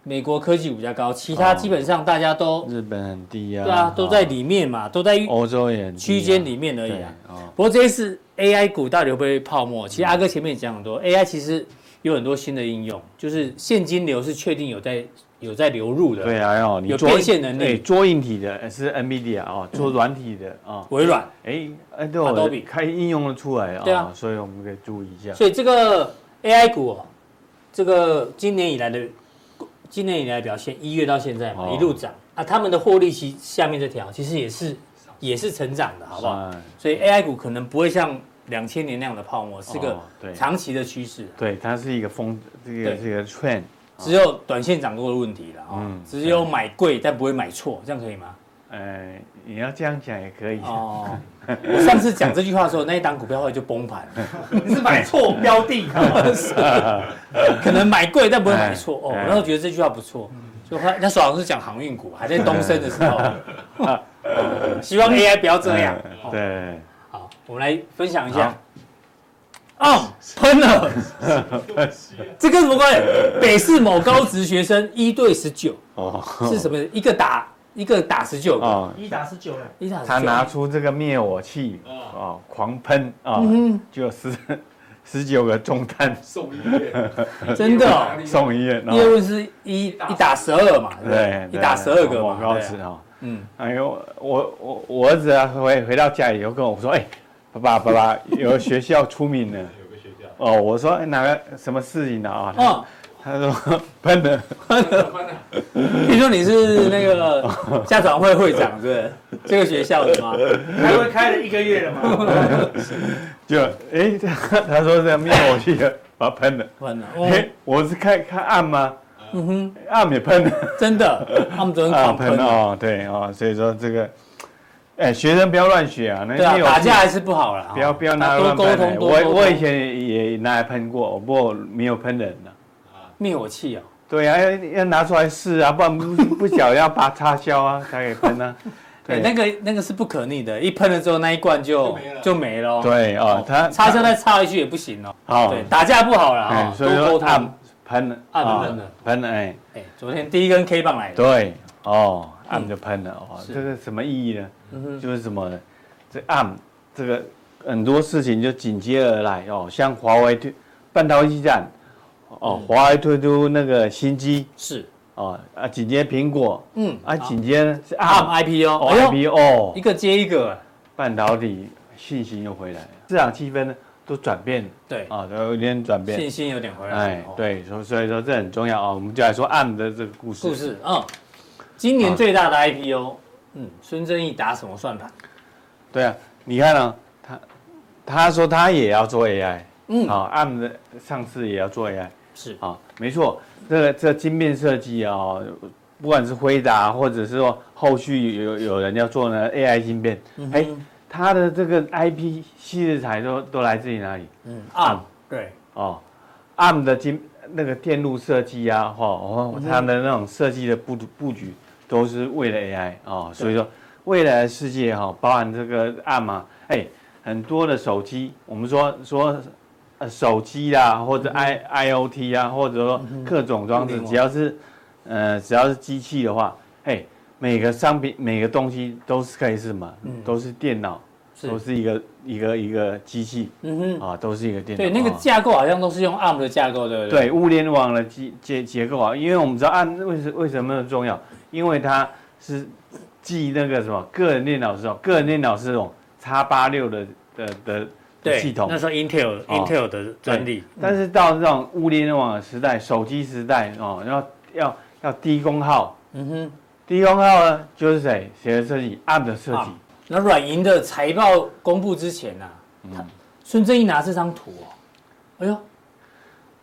Speaker 1: 美国科技股比较高，其他
Speaker 3: 哦
Speaker 1: 基本上大家都、
Speaker 3: 日本很低啊，
Speaker 1: 对啊，都在里面嘛，都在
Speaker 3: 哦，欧洲也很低啊
Speaker 1: 区间里面而已啊。
Speaker 3: 哦对哦，
Speaker 1: 不过这一次 AI 股到底会不会泡沫？其实阿哥前面也讲很多，AI 其实有很多新的应用，就是现金流是确定有在有在流入的。
Speaker 3: 对，啊，要你
Speaker 1: 有
Speaker 3: 做
Speaker 1: 变现能力
Speaker 3: 对，做硬体的呃是 NVIDIA 啊，做软体的啊，
Speaker 1: 微软。
Speaker 3: 哎哎，都有
Speaker 1: 嗯 Adobe
Speaker 3: 开应用了出来
Speaker 1: 对啊
Speaker 3: 啊，所以我们可以注意一下。
Speaker 1: 所以这个 AI 股哦，这个今年以来的今年以来的表现，一月到现在嘛，
Speaker 3: 哦
Speaker 1: 一路涨啊，他们的获利期下面这条其实也是也是成长的，好不好？
Speaker 3: 哎
Speaker 1: 所以 AI 股可能不会像两千年那样的泡沫，是个
Speaker 3: 哦对
Speaker 1: 长期的趋势，啊
Speaker 3: 对，它是一个风，这个
Speaker 1: 对
Speaker 3: 这个 trend，
Speaker 1: 只有短线涨多的问题了啊、哦
Speaker 3: 嗯，
Speaker 1: 只有买贵但不会买错，这样可以 吗？
Speaker 3: 哎，你要这样讲也可以。
Speaker 1: 哦，我上次讲这句话的时候，那一档股票后来就崩盘，
Speaker 2: 你是买错标 的，
Speaker 1: 可能买贵但不会买错哦。
Speaker 3: 哎嗯
Speaker 1: 然后觉得这句话不错，就后来那时候好像是讲航运股，还在东升的时候， 哦希望 AI 不要这样。
Speaker 3: 嗯对，
Speaker 1: 好，我们来分享一下。哦，喷了， 这跟什么关系？北市某高职学生一对十九
Speaker 3: 哦，
Speaker 1: 是什么？一个打一个打十九个，
Speaker 3: 哦，
Speaker 2: 一打十 九了，
Speaker 1: 一打19
Speaker 3: 他拿出这个灭火器，
Speaker 1: 嗯
Speaker 3: 哦，狂喷啊，就十十九个中弹
Speaker 4: 送医院，
Speaker 1: 真的哦
Speaker 3: 送医院，
Speaker 1: 叶
Speaker 3: 哦
Speaker 1: 问是一一打十二嘛，对不对
Speaker 3: 对，，
Speaker 1: 一打十二个嘛
Speaker 3: 广，告
Speaker 1: 对啊
Speaker 3: 词啊。
Speaker 1: 嗯，
Speaker 3: 哎呦，我我我儿子啊，回回到家以后跟我说，哎，爸爸爸 爸，有个学校出名了。
Speaker 4: 有个学校，
Speaker 3: 哦，我说哎哪个什么事情呢啊？他
Speaker 1: 哦，
Speaker 3: 他说喷的，
Speaker 1: 听说你是那 个家长会会长，对不对？这个学校的吗？
Speaker 2: 台湾开了一个月了嘛，
Speaker 3: 就哎 他他说这灭火器的把它喷的，
Speaker 1: 喷了，
Speaker 3: 哎我是看看暗吗？
Speaker 1: 哦嗯哼，
Speaker 3: 暗也喷的，
Speaker 1: 真的，他们昨天
Speaker 3: 啊
Speaker 1: 狂喷
Speaker 3: 喷
Speaker 1: 了，
Speaker 3: 哦，对哦，所以说这个，哎学生不要乱学啊，那
Speaker 1: 对啊，
Speaker 3: 灭火器
Speaker 1: 打架还是不好啦。哦
Speaker 3: 不要不要拿
Speaker 1: 那
Speaker 3: 来
Speaker 1: 多啊
Speaker 3: 乱
Speaker 1: 沟
Speaker 3: 喷
Speaker 1: 通，
Speaker 3: 的。
Speaker 1: 多
Speaker 3: 我
Speaker 1: 沟
Speaker 3: 我以
Speaker 1: 通。
Speaker 3: 前也拿来喷过，不过没有喷人呢。
Speaker 1: 灭火器哦，
Speaker 3: 对啊，要要拿出来试啊，不然不不小要把插销啊才给喷 啊。
Speaker 1: 对，
Speaker 3: 对
Speaker 1: 哎那个那个是不可逆的，一喷了之后那一罐就
Speaker 4: 就没了
Speaker 1: 就没了哦。
Speaker 3: 对哦，他
Speaker 1: 插销再插回去也不行哦。
Speaker 3: 好
Speaker 1: 对，，打架不好啦，
Speaker 3: 哎
Speaker 1: 哦，
Speaker 3: 所
Speaker 1: 多
Speaker 3: 以
Speaker 1: 沟
Speaker 3: 说
Speaker 1: 通
Speaker 3: 按。喷了，
Speaker 1: 按
Speaker 3: 哦
Speaker 1: 喷了，
Speaker 3: 喷了，哎，
Speaker 1: 哎，昨天第一根 K 棒来的，
Speaker 3: 对，哦，按
Speaker 1: 嗯
Speaker 3: 就喷了，哦，
Speaker 1: 是
Speaker 3: 这个什么意义呢？
Speaker 1: 嗯哼
Speaker 3: 就是什么呢？这按这个很多事情就紧接而来哦，像华为推半导体战，哦，
Speaker 1: 嗯
Speaker 3: 华为推出那个新机，
Speaker 1: 是，
Speaker 3: 哦啊，紧接苹果，
Speaker 1: 嗯，
Speaker 3: 啊，紧接呢是 ARM，
Speaker 1: 按 IPO，
Speaker 3: 哦
Speaker 1: 哎呦，
Speaker 3: ，IPO，
Speaker 1: 一个接一个，
Speaker 3: 半导体信心又回来了，市场气氛呢都转变了
Speaker 1: 对，
Speaker 3: 啊，都有点转变
Speaker 1: 信。心有点回来了。
Speaker 3: 哎
Speaker 1: 哦，
Speaker 3: 对，所以所以说这很重要啊，我们就来说 ARM 的这个故事。
Speaker 1: 故事，嗯，今年最大的 IPO，嗯，孙正义打什么算盘？
Speaker 3: 对啊，你看啊，他他说他也要做 AI，
Speaker 1: 嗯
Speaker 3: 啊，ARM 的上市也要做 AI
Speaker 1: 是
Speaker 3: 啊，没错，这个这晶片设计啊，不管是辉达或者是说后续有有人要做呢 AI 晶片，哎、它的这个 IP 系列材都都来自于哪里？
Speaker 1: 嗯啊，对，
Speaker 3: 哦，ARM 的晶那个电路设计啊，哈、
Speaker 1: 嗯
Speaker 3: 哦，它的那种设计的布布局都是为了 AI 哦，所以说未来的世界哈、包含这个 ARM 啊，哎，很多的手机，我们说说呃手机啦，或
Speaker 1: 嗯
Speaker 3: 者 I、IOT 啊，或者说各种装
Speaker 1: 物
Speaker 3: 置，
Speaker 1: 联网
Speaker 3: 只要是呃只要是机器的话，哎，每个商品每个东西都是可以是什么？都是电脑，
Speaker 1: 嗯是
Speaker 3: 都是一个一个一个机器
Speaker 1: 嗯哼，
Speaker 3: 啊，都是一个电脑。
Speaker 1: 对，那个
Speaker 3: 哦
Speaker 1: 架构好像都是用 ARM 的架构，对不对？
Speaker 3: 对物联网的结结结构啊，因为我们知道按为什为什么那么重要，因为它是继那个什么个人电脑之后，个人电脑是这种叉八六的的的
Speaker 1: 嗯
Speaker 3: 的系统
Speaker 1: 那，时候 Intel
Speaker 3: 哦
Speaker 1: Intel 的专利，
Speaker 3: 但是到这种物联网的时代，手机时代哦，要要要低功耗，
Speaker 1: 嗯哼，
Speaker 3: 低功耗呢就是谁谁的设计，ARM 的设计
Speaker 1: ARM 啊那软银的财报公布之前呐，
Speaker 3: 嗯
Speaker 1: 他孙正义拿这张图哦，哎呦，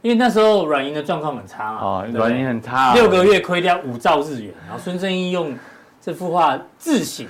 Speaker 1: 因为那时候软银的状况很差嘛，
Speaker 3: 哦
Speaker 1: 啊对，不对
Speaker 3: 软件很差啊，
Speaker 1: 六个月亏掉五兆日元，然后孙正义用这幅画自省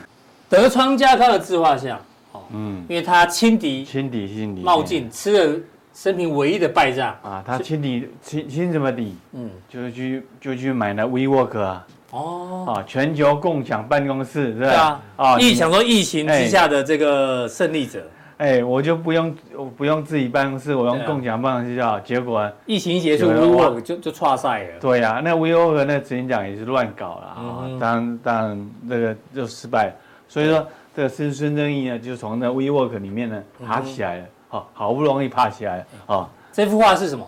Speaker 1: 德川家康的自画像，哦
Speaker 3: 嗯，
Speaker 1: 因为他轻敌
Speaker 3: 轻敌轻敌
Speaker 1: 冒进，吃了生平唯一的败仗。
Speaker 3: 啊，他轻敌轻轻什么敌，
Speaker 1: 嗯，
Speaker 3: 就去就去买了 WeWork 啊。
Speaker 1: 哦，
Speaker 3: 啊，全球共享办公室是
Speaker 1: 对
Speaker 3: 吧
Speaker 1: 啊？，
Speaker 3: 啊，
Speaker 1: 疫
Speaker 3: 你
Speaker 1: 想说疫情之下的这个胜利者，
Speaker 3: 哎，我就不用我不用自己办公室，我
Speaker 1: 对
Speaker 3: 用
Speaker 1: 啊
Speaker 3: 共享办公室就好。结果
Speaker 1: 疫情一结束
Speaker 3: 有人哇
Speaker 1: ，WeWork 就就岔赛了。
Speaker 3: 对呀，那 VO 和那执行长也是乱搞了啊
Speaker 1: 嗯哼，
Speaker 3: 当然当然这个
Speaker 1: 嗯
Speaker 3: 就失败了。所以说这个孙孙正义呢，就从那 WeWork 里面呢爬起来了，好、好不容易爬起来啊，
Speaker 1: 这幅画是什么？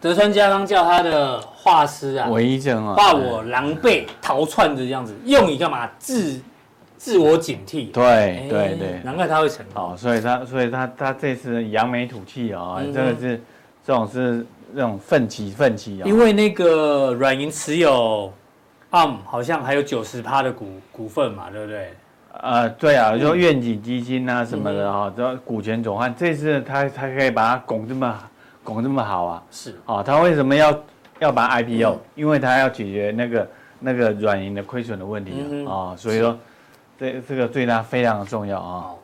Speaker 1: 德川家康叫他的画师啊，
Speaker 3: 为政啊，
Speaker 1: 把我狼狈逃窜的样子，用以干嘛？自自我警惕。
Speaker 3: 对
Speaker 1: 哎
Speaker 3: 对对，
Speaker 1: 难怪他会成功。
Speaker 3: 好，所以他所以他他这次扬眉吐气啊，
Speaker 1: 嗯
Speaker 3: 真的是这种是那种奋起奋起啊
Speaker 1: 因，为那个软银持有 ARM 好像还有九十趴的股股份嘛，对不对？
Speaker 3: 呃，对啊，就愿景基金啊什么的
Speaker 1: 嗯
Speaker 3: 啊，这股权转换，这次他他可以把它拱这么拱这么好啊，
Speaker 1: 是，
Speaker 3: 啊，他为什么要要把 IPO？、因
Speaker 1: 嗯
Speaker 3: 为他要解决那个那个软银的亏损的问题啊，
Speaker 1: 嗯哼
Speaker 3: 啊所以说这这个对他非常的重要啊。
Speaker 1: 哦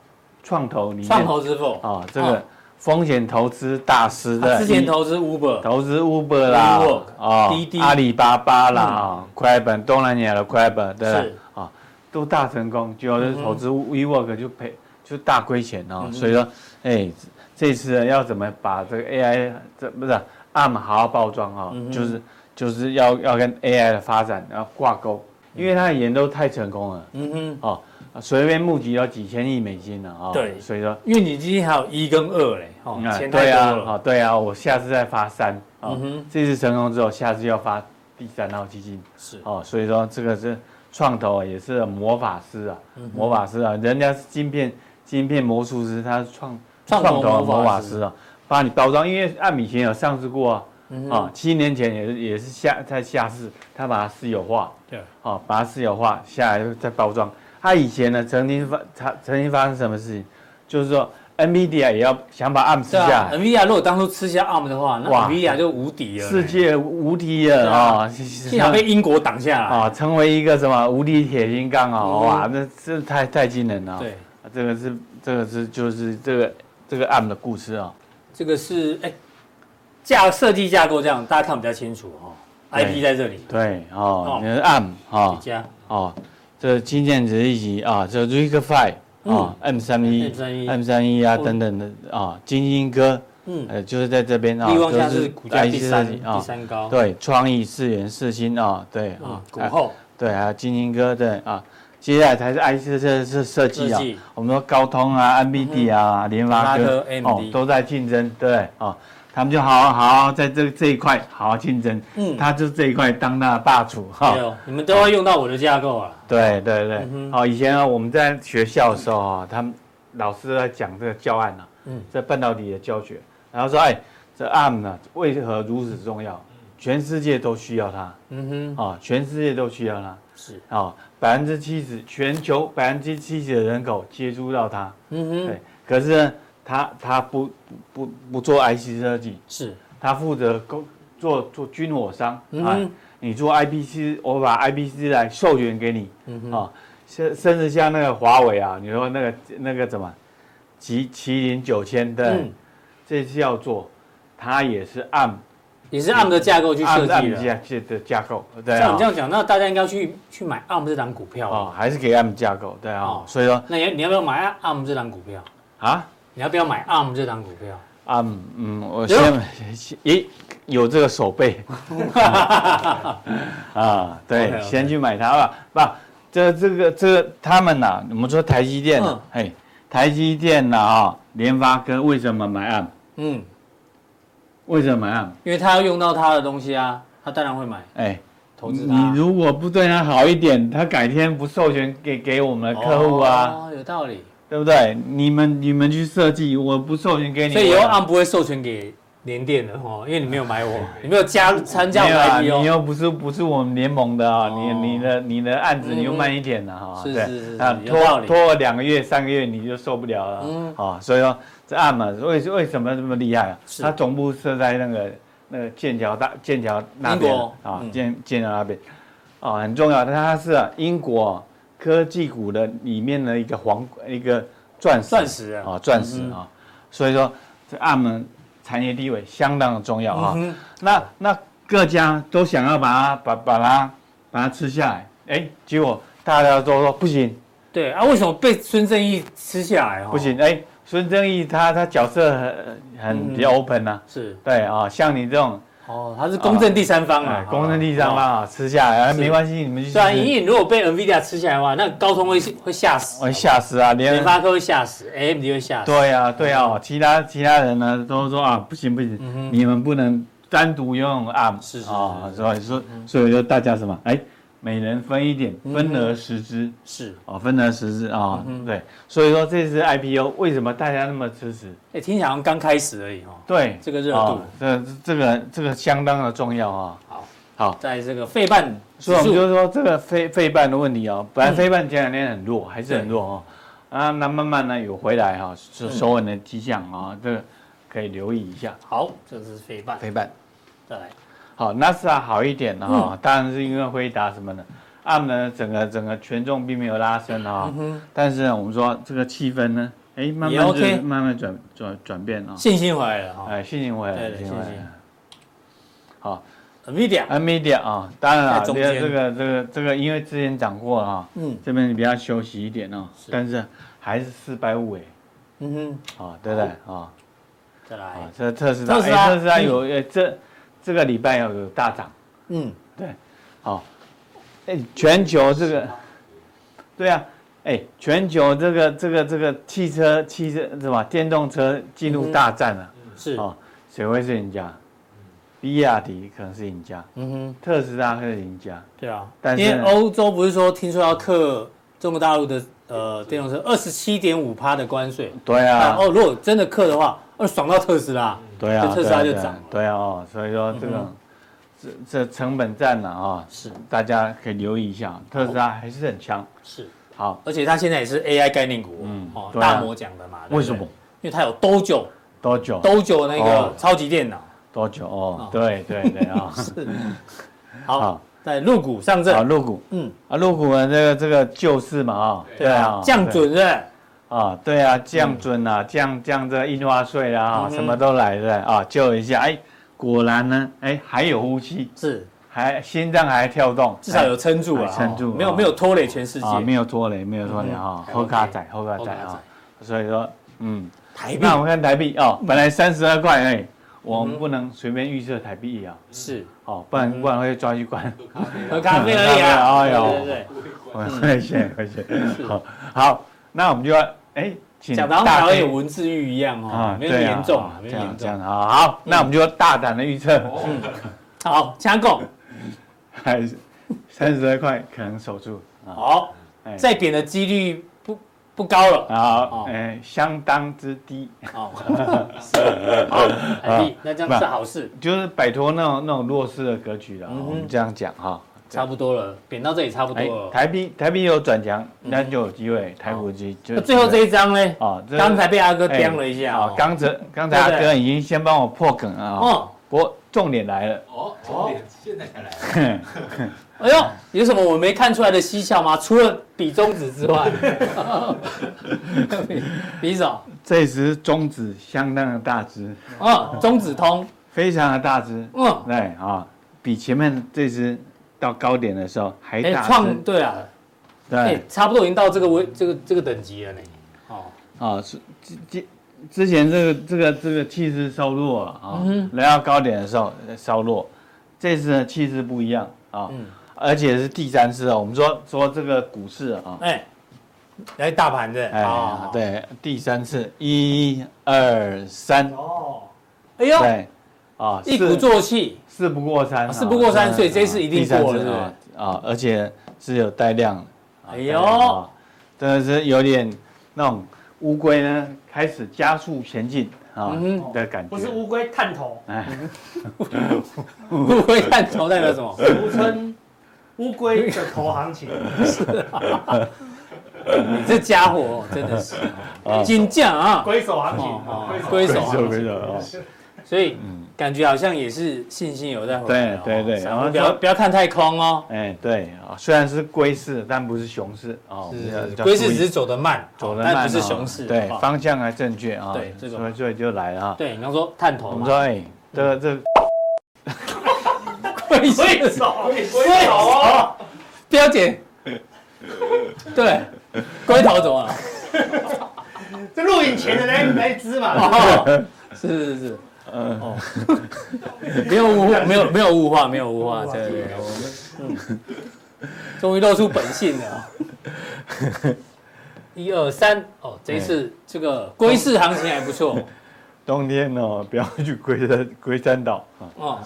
Speaker 3: 创投里面
Speaker 1: 创投之父，
Speaker 3: 啊，这
Speaker 1: 哦
Speaker 3: 个风险投资大师
Speaker 1: 他
Speaker 3: 的
Speaker 1: 之前
Speaker 3: 一
Speaker 1: 投资 Uber，
Speaker 3: 投资 Uber 啦
Speaker 1: WeWork，，
Speaker 3: 啊
Speaker 1: 滴滴，
Speaker 3: 阿里巴巴啦，啊，Grab 东南亚的 Grab 对吧
Speaker 1: 是
Speaker 3: 啊，都大成功，结果就是投资
Speaker 1: 嗯
Speaker 3: WeWork 就赔就大亏钱哦，所以说，哎，这次要怎么把这个 AI 这不是啊 ARM 好好包装啊，
Speaker 1: 嗯
Speaker 3: 就是就是要要跟 AI 的发展要挂钩，因为它的研究太成功了
Speaker 1: 嗯哼，
Speaker 3: 哦，随便募集到几千亿美金了啊，
Speaker 1: 对
Speaker 3: 所以说。
Speaker 1: 因为你今天还有一跟二嘞，哦，
Speaker 3: 啊
Speaker 1: 钱
Speaker 3: 对
Speaker 1: 太
Speaker 3: 啊，
Speaker 1: 多了，
Speaker 3: 好对啊，我下次再发三啊
Speaker 1: 嗯哼，
Speaker 3: 这次成功之后，下次要发第三号基金
Speaker 1: 是
Speaker 3: 哦，所以说这个是创投啊，也是魔法师啊，
Speaker 1: 嗯
Speaker 3: 魔法师啊，人家是晶片晶片魔术师，他是创
Speaker 1: 创投
Speaker 3: 啊
Speaker 1: 魔
Speaker 3: 魔
Speaker 1: 法
Speaker 3: 法
Speaker 1: 师
Speaker 3: 师啊，把你包装，因为按以前有上市过啊，
Speaker 1: 嗯
Speaker 3: 啊，七年前也是也是下在下市，他把它私有化，
Speaker 1: 对，
Speaker 3: 哦，把它私有化下来再包装。他以前呢，曾经发他曾经发生什么事情，就是说 NVIDIA 也要想把 ARM 吃
Speaker 1: 对
Speaker 3: 下
Speaker 1: 啊
Speaker 3: 来，
Speaker 1: ，NVIDIA 如果当初吃下 ARM 的话，那
Speaker 3: 哇
Speaker 1: NVIDIA 就无敌了，
Speaker 3: 世界无敌了啊！
Speaker 1: 幸好被英国挡下来。
Speaker 3: 啊，成为一个什么无敌铁金刚啊！
Speaker 1: 嗯
Speaker 3: 哇，那这太太惊人了。啊
Speaker 1: 对，，
Speaker 3: 这个是这个是就是这个这个 ARM 的故事啊。
Speaker 1: 这个是哎架设计架构这样，大家看比较清楚哦。
Speaker 3: 对
Speaker 1: IP 在这里，
Speaker 3: 对
Speaker 1: 哦
Speaker 3: 哦，你是 ARM 啊
Speaker 1: 加
Speaker 3: 哦，这芯片值一级啊，这 RISC-V
Speaker 1: 嗯
Speaker 3: 啊，M 三一
Speaker 1: M31
Speaker 3: M 三一啊
Speaker 1: 嗯
Speaker 3: 等等的啊，金鹰哥
Speaker 1: 嗯，
Speaker 3: 呃就是在这边啊，
Speaker 1: 力旺现在
Speaker 3: 就是
Speaker 1: 股价第
Speaker 3: IC
Speaker 1: 三
Speaker 3: 设计啊哦
Speaker 1: 第三高，
Speaker 3: 对，创意、四元、四星啊，对
Speaker 1: 嗯
Speaker 3: 啊，，
Speaker 1: 股后
Speaker 3: 对，还有金鹰哥，对啊。接下来才是 IC 设设设计
Speaker 1: 设
Speaker 3: 啊
Speaker 1: 计，嗯
Speaker 3: 我们说高通啊、NVD 啊、联发科
Speaker 1: 联发科
Speaker 3: 哦
Speaker 1: AMD
Speaker 3: 都在竞争，对啊，他们就好好好好在这这一块好好竞争，
Speaker 1: 嗯哦
Speaker 3: 他就这一块当大霸主哈
Speaker 1: 没。有，你们都要用到我的架构啊。
Speaker 3: 对对对
Speaker 1: 嗯，
Speaker 3: 哦，以前啊我们在学校的时候啊，他们老师在讲这个教案啊，
Speaker 1: 嗯
Speaker 3: 这半导体的教学，然后说，哎，这 ARM 呢为何如此重要？全世界都需要它啊
Speaker 1: 嗯，哼，
Speaker 3: 哦全世界都需要它。
Speaker 1: 是，
Speaker 3: 啊，百分之七十，全球百分之七十的人口接触到它，
Speaker 1: 嗯哼，
Speaker 3: 对。可是呢，他他不不不不做 IC 设计，
Speaker 1: 是，
Speaker 3: 他负责工做做军火商、
Speaker 1: 嗯
Speaker 3: 啊
Speaker 1: 哼。
Speaker 3: 你做 IPC，我把 IPC 来授权给你、
Speaker 1: 嗯
Speaker 3: 啊，甚甚至像那个华为啊，你说那个那个怎么，麒麒麟九千的，
Speaker 1: 嗯，
Speaker 3: 这次要做，它也是按
Speaker 1: 也是 ARM 的架构去设
Speaker 3: 按
Speaker 1: 计
Speaker 3: 按
Speaker 1: 的。
Speaker 3: 架嗯的架构，对
Speaker 1: 像
Speaker 3: 啊
Speaker 1: 你这，样讲，那大家应该去去买 ARM 这档股票啊。
Speaker 3: 哦，还是给按架构，对啊，
Speaker 1: 哦
Speaker 3: 所以说
Speaker 1: 那你你要不要买 ARM 这档股票？
Speaker 3: 啊。
Speaker 1: 你要不要买 ARM 这档股票？
Speaker 3: 啊，嗯嗯，我
Speaker 1: 有
Speaker 3: 先咦有这个 手背啊，对，
Speaker 1: OK，OK
Speaker 3: 先去买它吧。不，这这个这个他们呐、我们说台积电、
Speaker 1: 嗯
Speaker 3: 啊，嘿，台积电呐啊，联发科为什么买啊？
Speaker 1: 嗯，
Speaker 3: 为什么买啊？
Speaker 1: 因为他要用到他的东西啊，他当然会买
Speaker 3: 哎，
Speaker 1: 投资
Speaker 3: 你
Speaker 1: 他。
Speaker 3: 如果不对它好一点，它改天不授权给给我们的客户啊，
Speaker 1: 哦，有道理。
Speaker 3: 对不对？你们你们去设计，我不授权给你，
Speaker 1: 所以以后
Speaker 3: 我
Speaker 1: ARM 不会授权给联电的哦，因为你没有买 我，你没有加入参加我
Speaker 3: 没有啊，
Speaker 1: 的
Speaker 3: 你
Speaker 1: IPO。
Speaker 3: 又不是不是我们联盟的啊，
Speaker 1: 哦
Speaker 3: 你你的你的案子
Speaker 1: 嗯
Speaker 3: 你又慢一点了哈，
Speaker 1: 是
Speaker 3: 对
Speaker 1: 是是是
Speaker 3: 啊，
Speaker 1: 有道
Speaker 3: 拖
Speaker 1: 理
Speaker 3: 拖了两个月三个月你就受不了了
Speaker 1: 嗯
Speaker 3: 啊，所以说这案嘛，为为什么这么厉害啊？
Speaker 1: 是
Speaker 3: 它总部设在那个那个剑桥大剑桥那
Speaker 1: 英
Speaker 3: 边
Speaker 1: 国
Speaker 3: 啊
Speaker 1: 嗯，
Speaker 3: 剑剑桥那边啊，很重要，它它是啊英国科技股的里面的一个皇一个钻石
Speaker 1: 钻石啊
Speaker 3: 啊钻石啊，所以说这案门产业地位相当的重要啊。
Speaker 1: 嗯哼
Speaker 3: 那那各家都想要把它把把它把它吃下来，哎，结果大家都说不行
Speaker 1: 对啊，为什么被孙正义吃下来？哦
Speaker 3: 不，行，哎，孙正义他他角色很
Speaker 1: 嗯
Speaker 3: 很比较 open 啊，
Speaker 1: 是
Speaker 3: 对啊，像你这种
Speaker 1: 哦，它是公正第三方
Speaker 3: 哎
Speaker 1: 啊，，
Speaker 3: 公正第三方啊，吃下来，哎没关系，你们去
Speaker 1: 虽然
Speaker 3: 吃，
Speaker 1: 啊隐隐如果被 NVIDIA 吃下来的话，那高通会
Speaker 3: 嗯
Speaker 1: 会吓死，
Speaker 3: 我吓死啊，连
Speaker 1: 联发科会吓死，AMD 会吓死。
Speaker 3: 对啊，对啊，其他其他人呢都说啊，不行不行，你们不能单独拥有 ARM，
Speaker 1: 嗯是是是嗯
Speaker 3: 啊，所以说所以说大家什么，哎，每人分一点，分而食之，
Speaker 1: 是，
Speaker 3: 哦，分而食之啊，
Speaker 1: 嗯
Speaker 3: 对，所以说这次 IPO 为什么大家那么支持？
Speaker 1: 哎，听起来好像刚开始而已哦。
Speaker 3: 对，
Speaker 1: 这个热度
Speaker 3: 啊这这个这个相当的重要啊。
Speaker 1: 好，
Speaker 3: 好，
Speaker 1: 在这个费半
Speaker 3: 所
Speaker 1: 指数，嗯
Speaker 3: 以我们就说这个费费半的问题啊，本来费半前两天很弱，还是很弱哦。啊，那慢慢呢有回来哈，
Speaker 1: 嗯
Speaker 3: 收收稳的迹象啊，这个可以留意一下。
Speaker 1: 好，这是费半，
Speaker 3: 飞半。
Speaker 1: 再来，
Speaker 3: 好，纳斯达好一点哈、
Speaker 1: 嗯
Speaker 3: 当然是因为辉达什么啊呢？ARM 呢，整个整个权重并没有拉升啊、但是呢，我们说这个气氛呢，哎，慢慢
Speaker 1: 嗯也
Speaker 3: 就
Speaker 1: OK
Speaker 3: 慢慢转转转变啊、
Speaker 1: 信心回来了哦哈
Speaker 3: 哎，信心回来，
Speaker 1: 对对
Speaker 3: 回
Speaker 1: 信心
Speaker 3: 来。好
Speaker 1: ，NVIDIA，
Speaker 3: ，NVIDIA 啊，当然了，
Speaker 1: 在
Speaker 3: 这
Speaker 1: 中间
Speaker 3: 个这个这个这个，因为之前涨过啊，
Speaker 1: 嗯
Speaker 3: 这边你比较休息一点啊，
Speaker 1: 是
Speaker 3: 但是还是四百五哎，
Speaker 1: 嗯哼，
Speaker 3: 啊，对不对啊？
Speaker 1: 再
Speaker 3: 啊
Speaker 1: 来，，
Speaker 3: 这特斯拉，
Speaker 1: 特斯拉
Speaker 3: 哎特斯拉
Speaker 1: 嗯
Speaker 3: 有呃这这个礼拜有有大涨。
Speaker 1: 嗯，
Speaker 3: 对，好，哎，全球这个，对啊，哎，全球这个这个这个汽车汽车什么电动车进入大战了、
Speaker 1: 嗯是，
Speaker 3: 哦，谁会是赢家？比亚迪可能是赢家，
Speaker 1: 嗯哼，
Speaker 3: 特斯拉会是赢家，
Speaker 1: 对啊，因
Speaker 3: 但是
Speaker 1: 为欧洲不是说听说要克中国大陆的呃电动车二十七点五趴的关税，
Speaker 3: 对
Speaker 1: 啊
Speaker 3: 啊，
Speaker 1: 哦，如果真的克的话，哦，爽到特斯拉，
Speaker 3: 对啊，
Speaker 1: 就特斯拉
Speaker 3: 对啊
Speaker 1: 就涨了
Speaker 3: 对啊，对啊哦，所以说这个、这这成本战了啊、
Speaker 1: 是
Speaker 3: 大家可以留意一下，特斯拉还是很强，
Speaker 1: 是，
Speaker 3: 好，
Speaker 1: 而且它现在也是 AI 概念股，
Speaker 3: 嗯
Speaker 1: 哦，
Speaker 3: 对啊
Speaker 1: 大摩讲的嘛，对不对
Speaker 3: 为什么？
Speaker 1: 因为它有 Dojo
Speaker 3: 多久？
Speaker 1: Dojo 那
Speaker 3: 哦
Speaker 1: 个超级电脑，
Speaker 3: 多久？哦，对对对啊、
Speaker 1: 好
Speaker 3: 好，
Speaker 1: 在入股上
Speaker 3: 好，
Speaker 1: 证，
Speaker 3: 入股。
Speaker 1: 嗯，
Speaker 3: 啊，入股呢，这个这个救市嘛，啊，
Speaker 1: 对啊，降准是不是，
Speaker 3: 啊，对啊，降准啊，降降这印花税啦，啊，什么都来了啊，救一下，哎，果然呢，哎，还有呼吸，
Speaker 1: 是
Speaker 3: 还心脏还跳动，
Speaker 1: 至少有撑住了，
Speaker 3: 哎撑住
Speaker 1: 哦没有
Speaker 3: 哦
Speaker 1: 没有拖累全世界
Speaker 3: 啊，，没有拖累，没有拖累啊
Speaker 1: 嗯，还
Speaker 3: 后卡
Speaker 1: OK
Speaker 3: 仔，后卡
Speaker 1: 后
Speaker 3: 仔
Speaker 1: 卡
Speaker 3: 啊，
Speaker 1: 仔
Speaker 3: 所以说，嗯，
Speaker 1: 台币嗯
Speaker 3: 那我们看台币哦，本来三十二块哎，我们不能随便预测台币啊，
Speaker 1: 是
Speaker 3: 哦，不
Speaker 1: 嗯
Speaker 3: 然不然会抓去关。
Speaker 1: 喝咖啡而已啊，
Speaker 3: 哎呦
Speaker 1: 对对
Speaker 3: 谢谢谢谢，好，好，那我们就要哎，请
Speaker 1: 对，讲的好像
Speaker 3: 大
Speaker 1: 好像
Speaker 3: 家
Speaker 1: 有文字狱一样哦，没有
Speaker 3: 对
Speaker 1: 严重嗯哦
Speaker 3: 啊
Speaker 1: 啊，没
Speaker 3: 这
Speaker 1: 有
Speaker 3: 样
Speaker 1: 严
Speaker 3: 这样
Speaker 1: 重。
Speaker 3: 好好，那我们就大胆的预测，
Speaker 1: 好，强攻，
Speaker 3: 还 是三十二块可能守住啊，
Speaker 1: 好，
Speaker 3: 哎
Speaker 1: 再贬的几率不不高了。
Speaker 3: 好
Speaker 1: 哦，
Speaker 3: 哎，相当之低，
Speaker 1: 哦，是好，
Speaker 3: 啊
Speaker 1: 海币，那这样是好事，
Speaker 3: 就是摆脱那种那种弱势的格局了，
Speaker 1: 嗯哼
Speaker 3: 我们这样讲哈。
Speaker 1: 差不多了，贬到这里差不多
Speaker 3: 哎，
Speaker 1: 了。
Speaker 3: 台币台币有转强，那就有机会，台股机就
Speaker 1: 哦那最后这一张呢？
Speaker 3: 啊，这
Speaker 1: 刚才被阿哥
Speaker 3: 哎
Speaker 1: 刁了一下
Speaker 3: 啊
Speaker 1: 哦，
Speaker 3: 刚才刚才阿
Speaker 1: 对不
Speaker 3: 哥已经先帮我破梗了啊，
Speaker 1: 哦，
Speaker 3: 不过重点来了，
Speaker 4: 哦，重点现在才来，
Speaker 1: 哎呦，有什么我没看出来的蹊跷吗？除了比中指之外， 比比手，
Speaker 3: 这只中指相当的大只，
Speaker 1: 嗯，中指通，
Speaker 3: 非常的大只，
Speaker 1: 嗯，
Speaker 3: 对啊，比前面这只到高点的时候还
Speaker 1: 哎，
Speaker 3: 大只
Speaker 1: 创，对啊，哎
Speaker 3: 对，
Speaker 1: 差不多已经到这个位，这个这个等级了呢。哦，
Speaker 3: 啊，是之之之前这个这个这个气势稍弱了啊，
Speaker 1: 嗯
Speaker 3: 来到高点的时候呃稍弱，这次呢气势不一样啊，
Speaker 1: 嗯
Speaker 3: 而且是第三次啊，我们说说这个股市啊，
Speaker 1: 哎，来大盘的，
Speaker 3: 哎
Speaker 1: 哦，，
Speaker 3: 对，第三次，一二三，
Speaker 2: 哦
Speaker 1: 哎呦，
Speaker 3: 对，啊，
Speaker 1: 一鼓
Speaker 3: 事
Speaker 1: 作气，
Speaker 3: 事不过三啊，
Speaker 1: 事不过三
Speaker 3: 对
Speaker 1: 所以这次一定
Speaker 3: 第三
Speaker 1: 过了
Speaker 3: 次
Speaker 1: 对不
Speaker 3: 啊啊，而且是有带量的。
Speaker 1: 哎
Speaker 3: 哎呦，
Speaker 1: 呦，
Speaker 3: 真的是有点那种乌龟呢开始加速前进啊、
Speaker 1: 嗯哼
Speaker 3: 的感觉。
Speaker 2: 哦不是乌龟探头，
Speaker 1: 不会看头代表 什么？
Speaker 2: 俗称乌龟的头行 情。
Speaker 1: 你这家伙哦真 的是
Speaker 3: 哦
Speaker 1: 金将啊，
Speaker 2: 龟手行
Speaker 1: 哦
Speaker 2: 情，
Speaker 1: 龟手
Speaker 3: 手
Speaker 1: 啊，
Speaker 3: 龟手哦，
Speaker 1: 所以感觉好像也是信心有在回来哦。
Speaker 3: 嗯对对对
Speaker 1: 散
Speaker 3: 然后
Speaker 1: 户不要
Speaker 3: 说
Speaker 1: 不要看太空哦，
Speaker 3: 哎对啊，虽然是龟式，但不是熊式啊。我们要
Speaker 1: 是
Speaker 3: 要
Speaker 1: 龟
Speaker 3: 注
Speaker 1: 市
Speaker 3: 意
Speaker 1: 只是走得慢，哦
Speaker 3: 走得慢、
Speaker 1: 但
Speaker 3: 啊，
Speaker 1: 不是熊市。
Speaker 3: 对
Speaker 1: 哦，
Speaker 3: 方向还正确啊。
Speaker 1: 对这个
Speaker 3: 所以所以就来了啊。
Speaker 1: 对，你刚说探头
Speaker 3: 我们
Speaker 1: 嘛，
Speaker 3: 说哎，这个这个
Speaker 1: 龟
Speaker 2: 龟
Speaker 1: 市
Speaker 2: 手，哦龟手，
Speaker 1: 标 姐，对，龟头怎么 了？
Speaker 2: 这录影前的那那一只嘛，
Speaker 1: 哦哦，是是是，
Speaker 3: 嗯
Speaker 1: 哦，没有物化，没有没有物化，没有物 化，对对对，我们嗯，终于露出本性 了。一二三，哦，这一次这个龟市行情还不错
Speaker 3: 冬天哦，不要去龟山龟山岛啊
Speaker 1: 哦。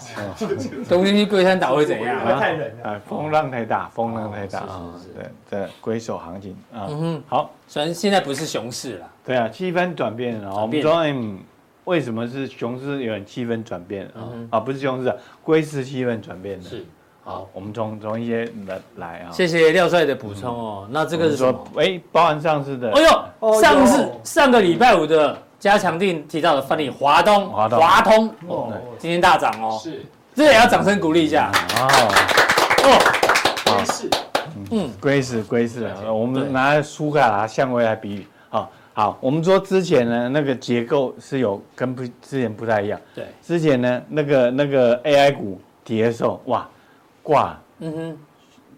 Speaker 1: 东京去龟山岛会怎样？
Speaker 2: 会太冷了。
Speaker 3: 啊，风浪太大，风浪太大
Speaker 1: 哦
Speaker 3: 啊
Speaker 1: 是是是，
Speaker 3: 对，这龟手行情啊
Speaker 1: 嗯，哼，
Speaker 3: 好，
Speaker 1: 虽然现在不是熊市了，
Speaker 3: 对啊，气氛转变了。我
Speaker 1: 转
Speaker 3: 们
Speaker 1: 变
Speaker 3: 说，嗯，为什么是熊市有点气氛转变啊？啊，不是熊市啊，龟市气氛转变的。
Speaker 1: 嗯是
Speaker 3: 好，我们从从一些来来啊，
Speaker 1: 谢谢廖帅的补充哦。那这
Speaker 3: 这
Speaker 1: 个是什么
Speaker 3: 说？，哎，包含上市的，
Speaker 1: 哎
Speaker 2: 哦
Speaker 1: 呦，
Speaker 2: 呦
Speaker 1: 上次上个礼拜五的加强定提到的范例，华东，
Speaker 3: 华东
Speaker 1: 华通，哦，
Speaker 2: 哦，
Speaker 1: 今天大涨哦，
Speaker 4: 是
Speaker 1: 这也要掌声鼓励一下
Speaker 3: 哦，
Speaker 1: 哦。
Speaker 4: 真是
Speaker 1: 嗯，
Speaker 3: 龟市龟市啊，
Speaker 1: 对
Speaker 3: 我们拿苏格兰相位来比喻啊。好，我们说之前呢，那个结构是有跟不之前不太一样。
Speaker 1: 对，
Speaker 3: 之前呢，那个那个 AI 股跌的时候，哇，挂
Speaker 1: 嗯哼，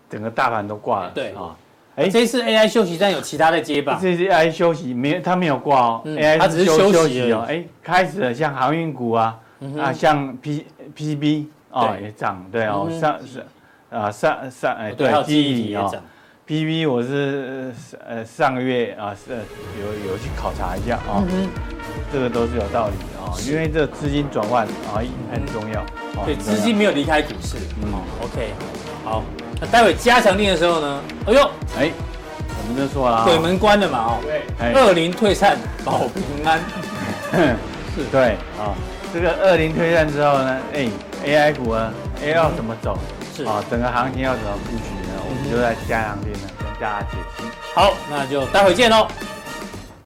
Speaker 3: 整个大盘都挂了，
Speaker 1: 对
Speaker 3: 啊，哎，
Speaker 1: 这次 AI 休息站有其他的接棒，
Speaker 3: 这是 AI 休息，没有它没有挂哦、
Speaker 1: 嗯
Speaker 3: a
Speaker 1: 它
Speaker 3: i
Speaker 1: 只是
Speaker 3: 休
Speaker 1: 休息嗯
Speaker 3: 息哦。哎，开始了，像航运股啊，啊，像 P PCB 哦
Speaker 1: 对
Speaker 3: 也涨，对哦，
Speaker 1: 嗯哼
Speaker 3: 上是啊上上哎
Speaker 1: 哦还有
Speaker 3: 对，
Speaker 1: 记忆
Speaker 3: 记
Speaker 1: 体
Speaker 3: 忆
Speaker 1: 也
Speaker 3: 啊
Speaker 1: 涨，
Speaker 3: ，PCB 我是呃呃上个月啊是呃有有去考察一下啊、哦
Speaker 1: 嗯
Speaker 3: 这个都是有道理的哦，因为这资金转换啊很重要，哦
Speaker 1: 哼，对，
Speaker 3: 很重
Speaker 1: 资
Speaker 3: 要
Speaker 1: 金没有离开股市。
Speaker 3: 嗯
Speaker 1: 哦，OK，好，那待会加强定的时候呢，哎呦，
Speaker 3: 哎，我们就说了啊、
Speaker 1: 鬼门关了嘛哦，
Speaker 4: 对，
Speaker 3: 哎
Speaker 1: 二零退散保平安， 是
Speaker 3: 对啊、这个二零推战之后呢，哎，AI 股啊，AI 要怎么走？
Speaker 1: 是
Speaker 3: 啊、整个行情要怎么布局呢？我们就在加强店呢跟大家解析。
Speaker 1: 好，那就待会见喽，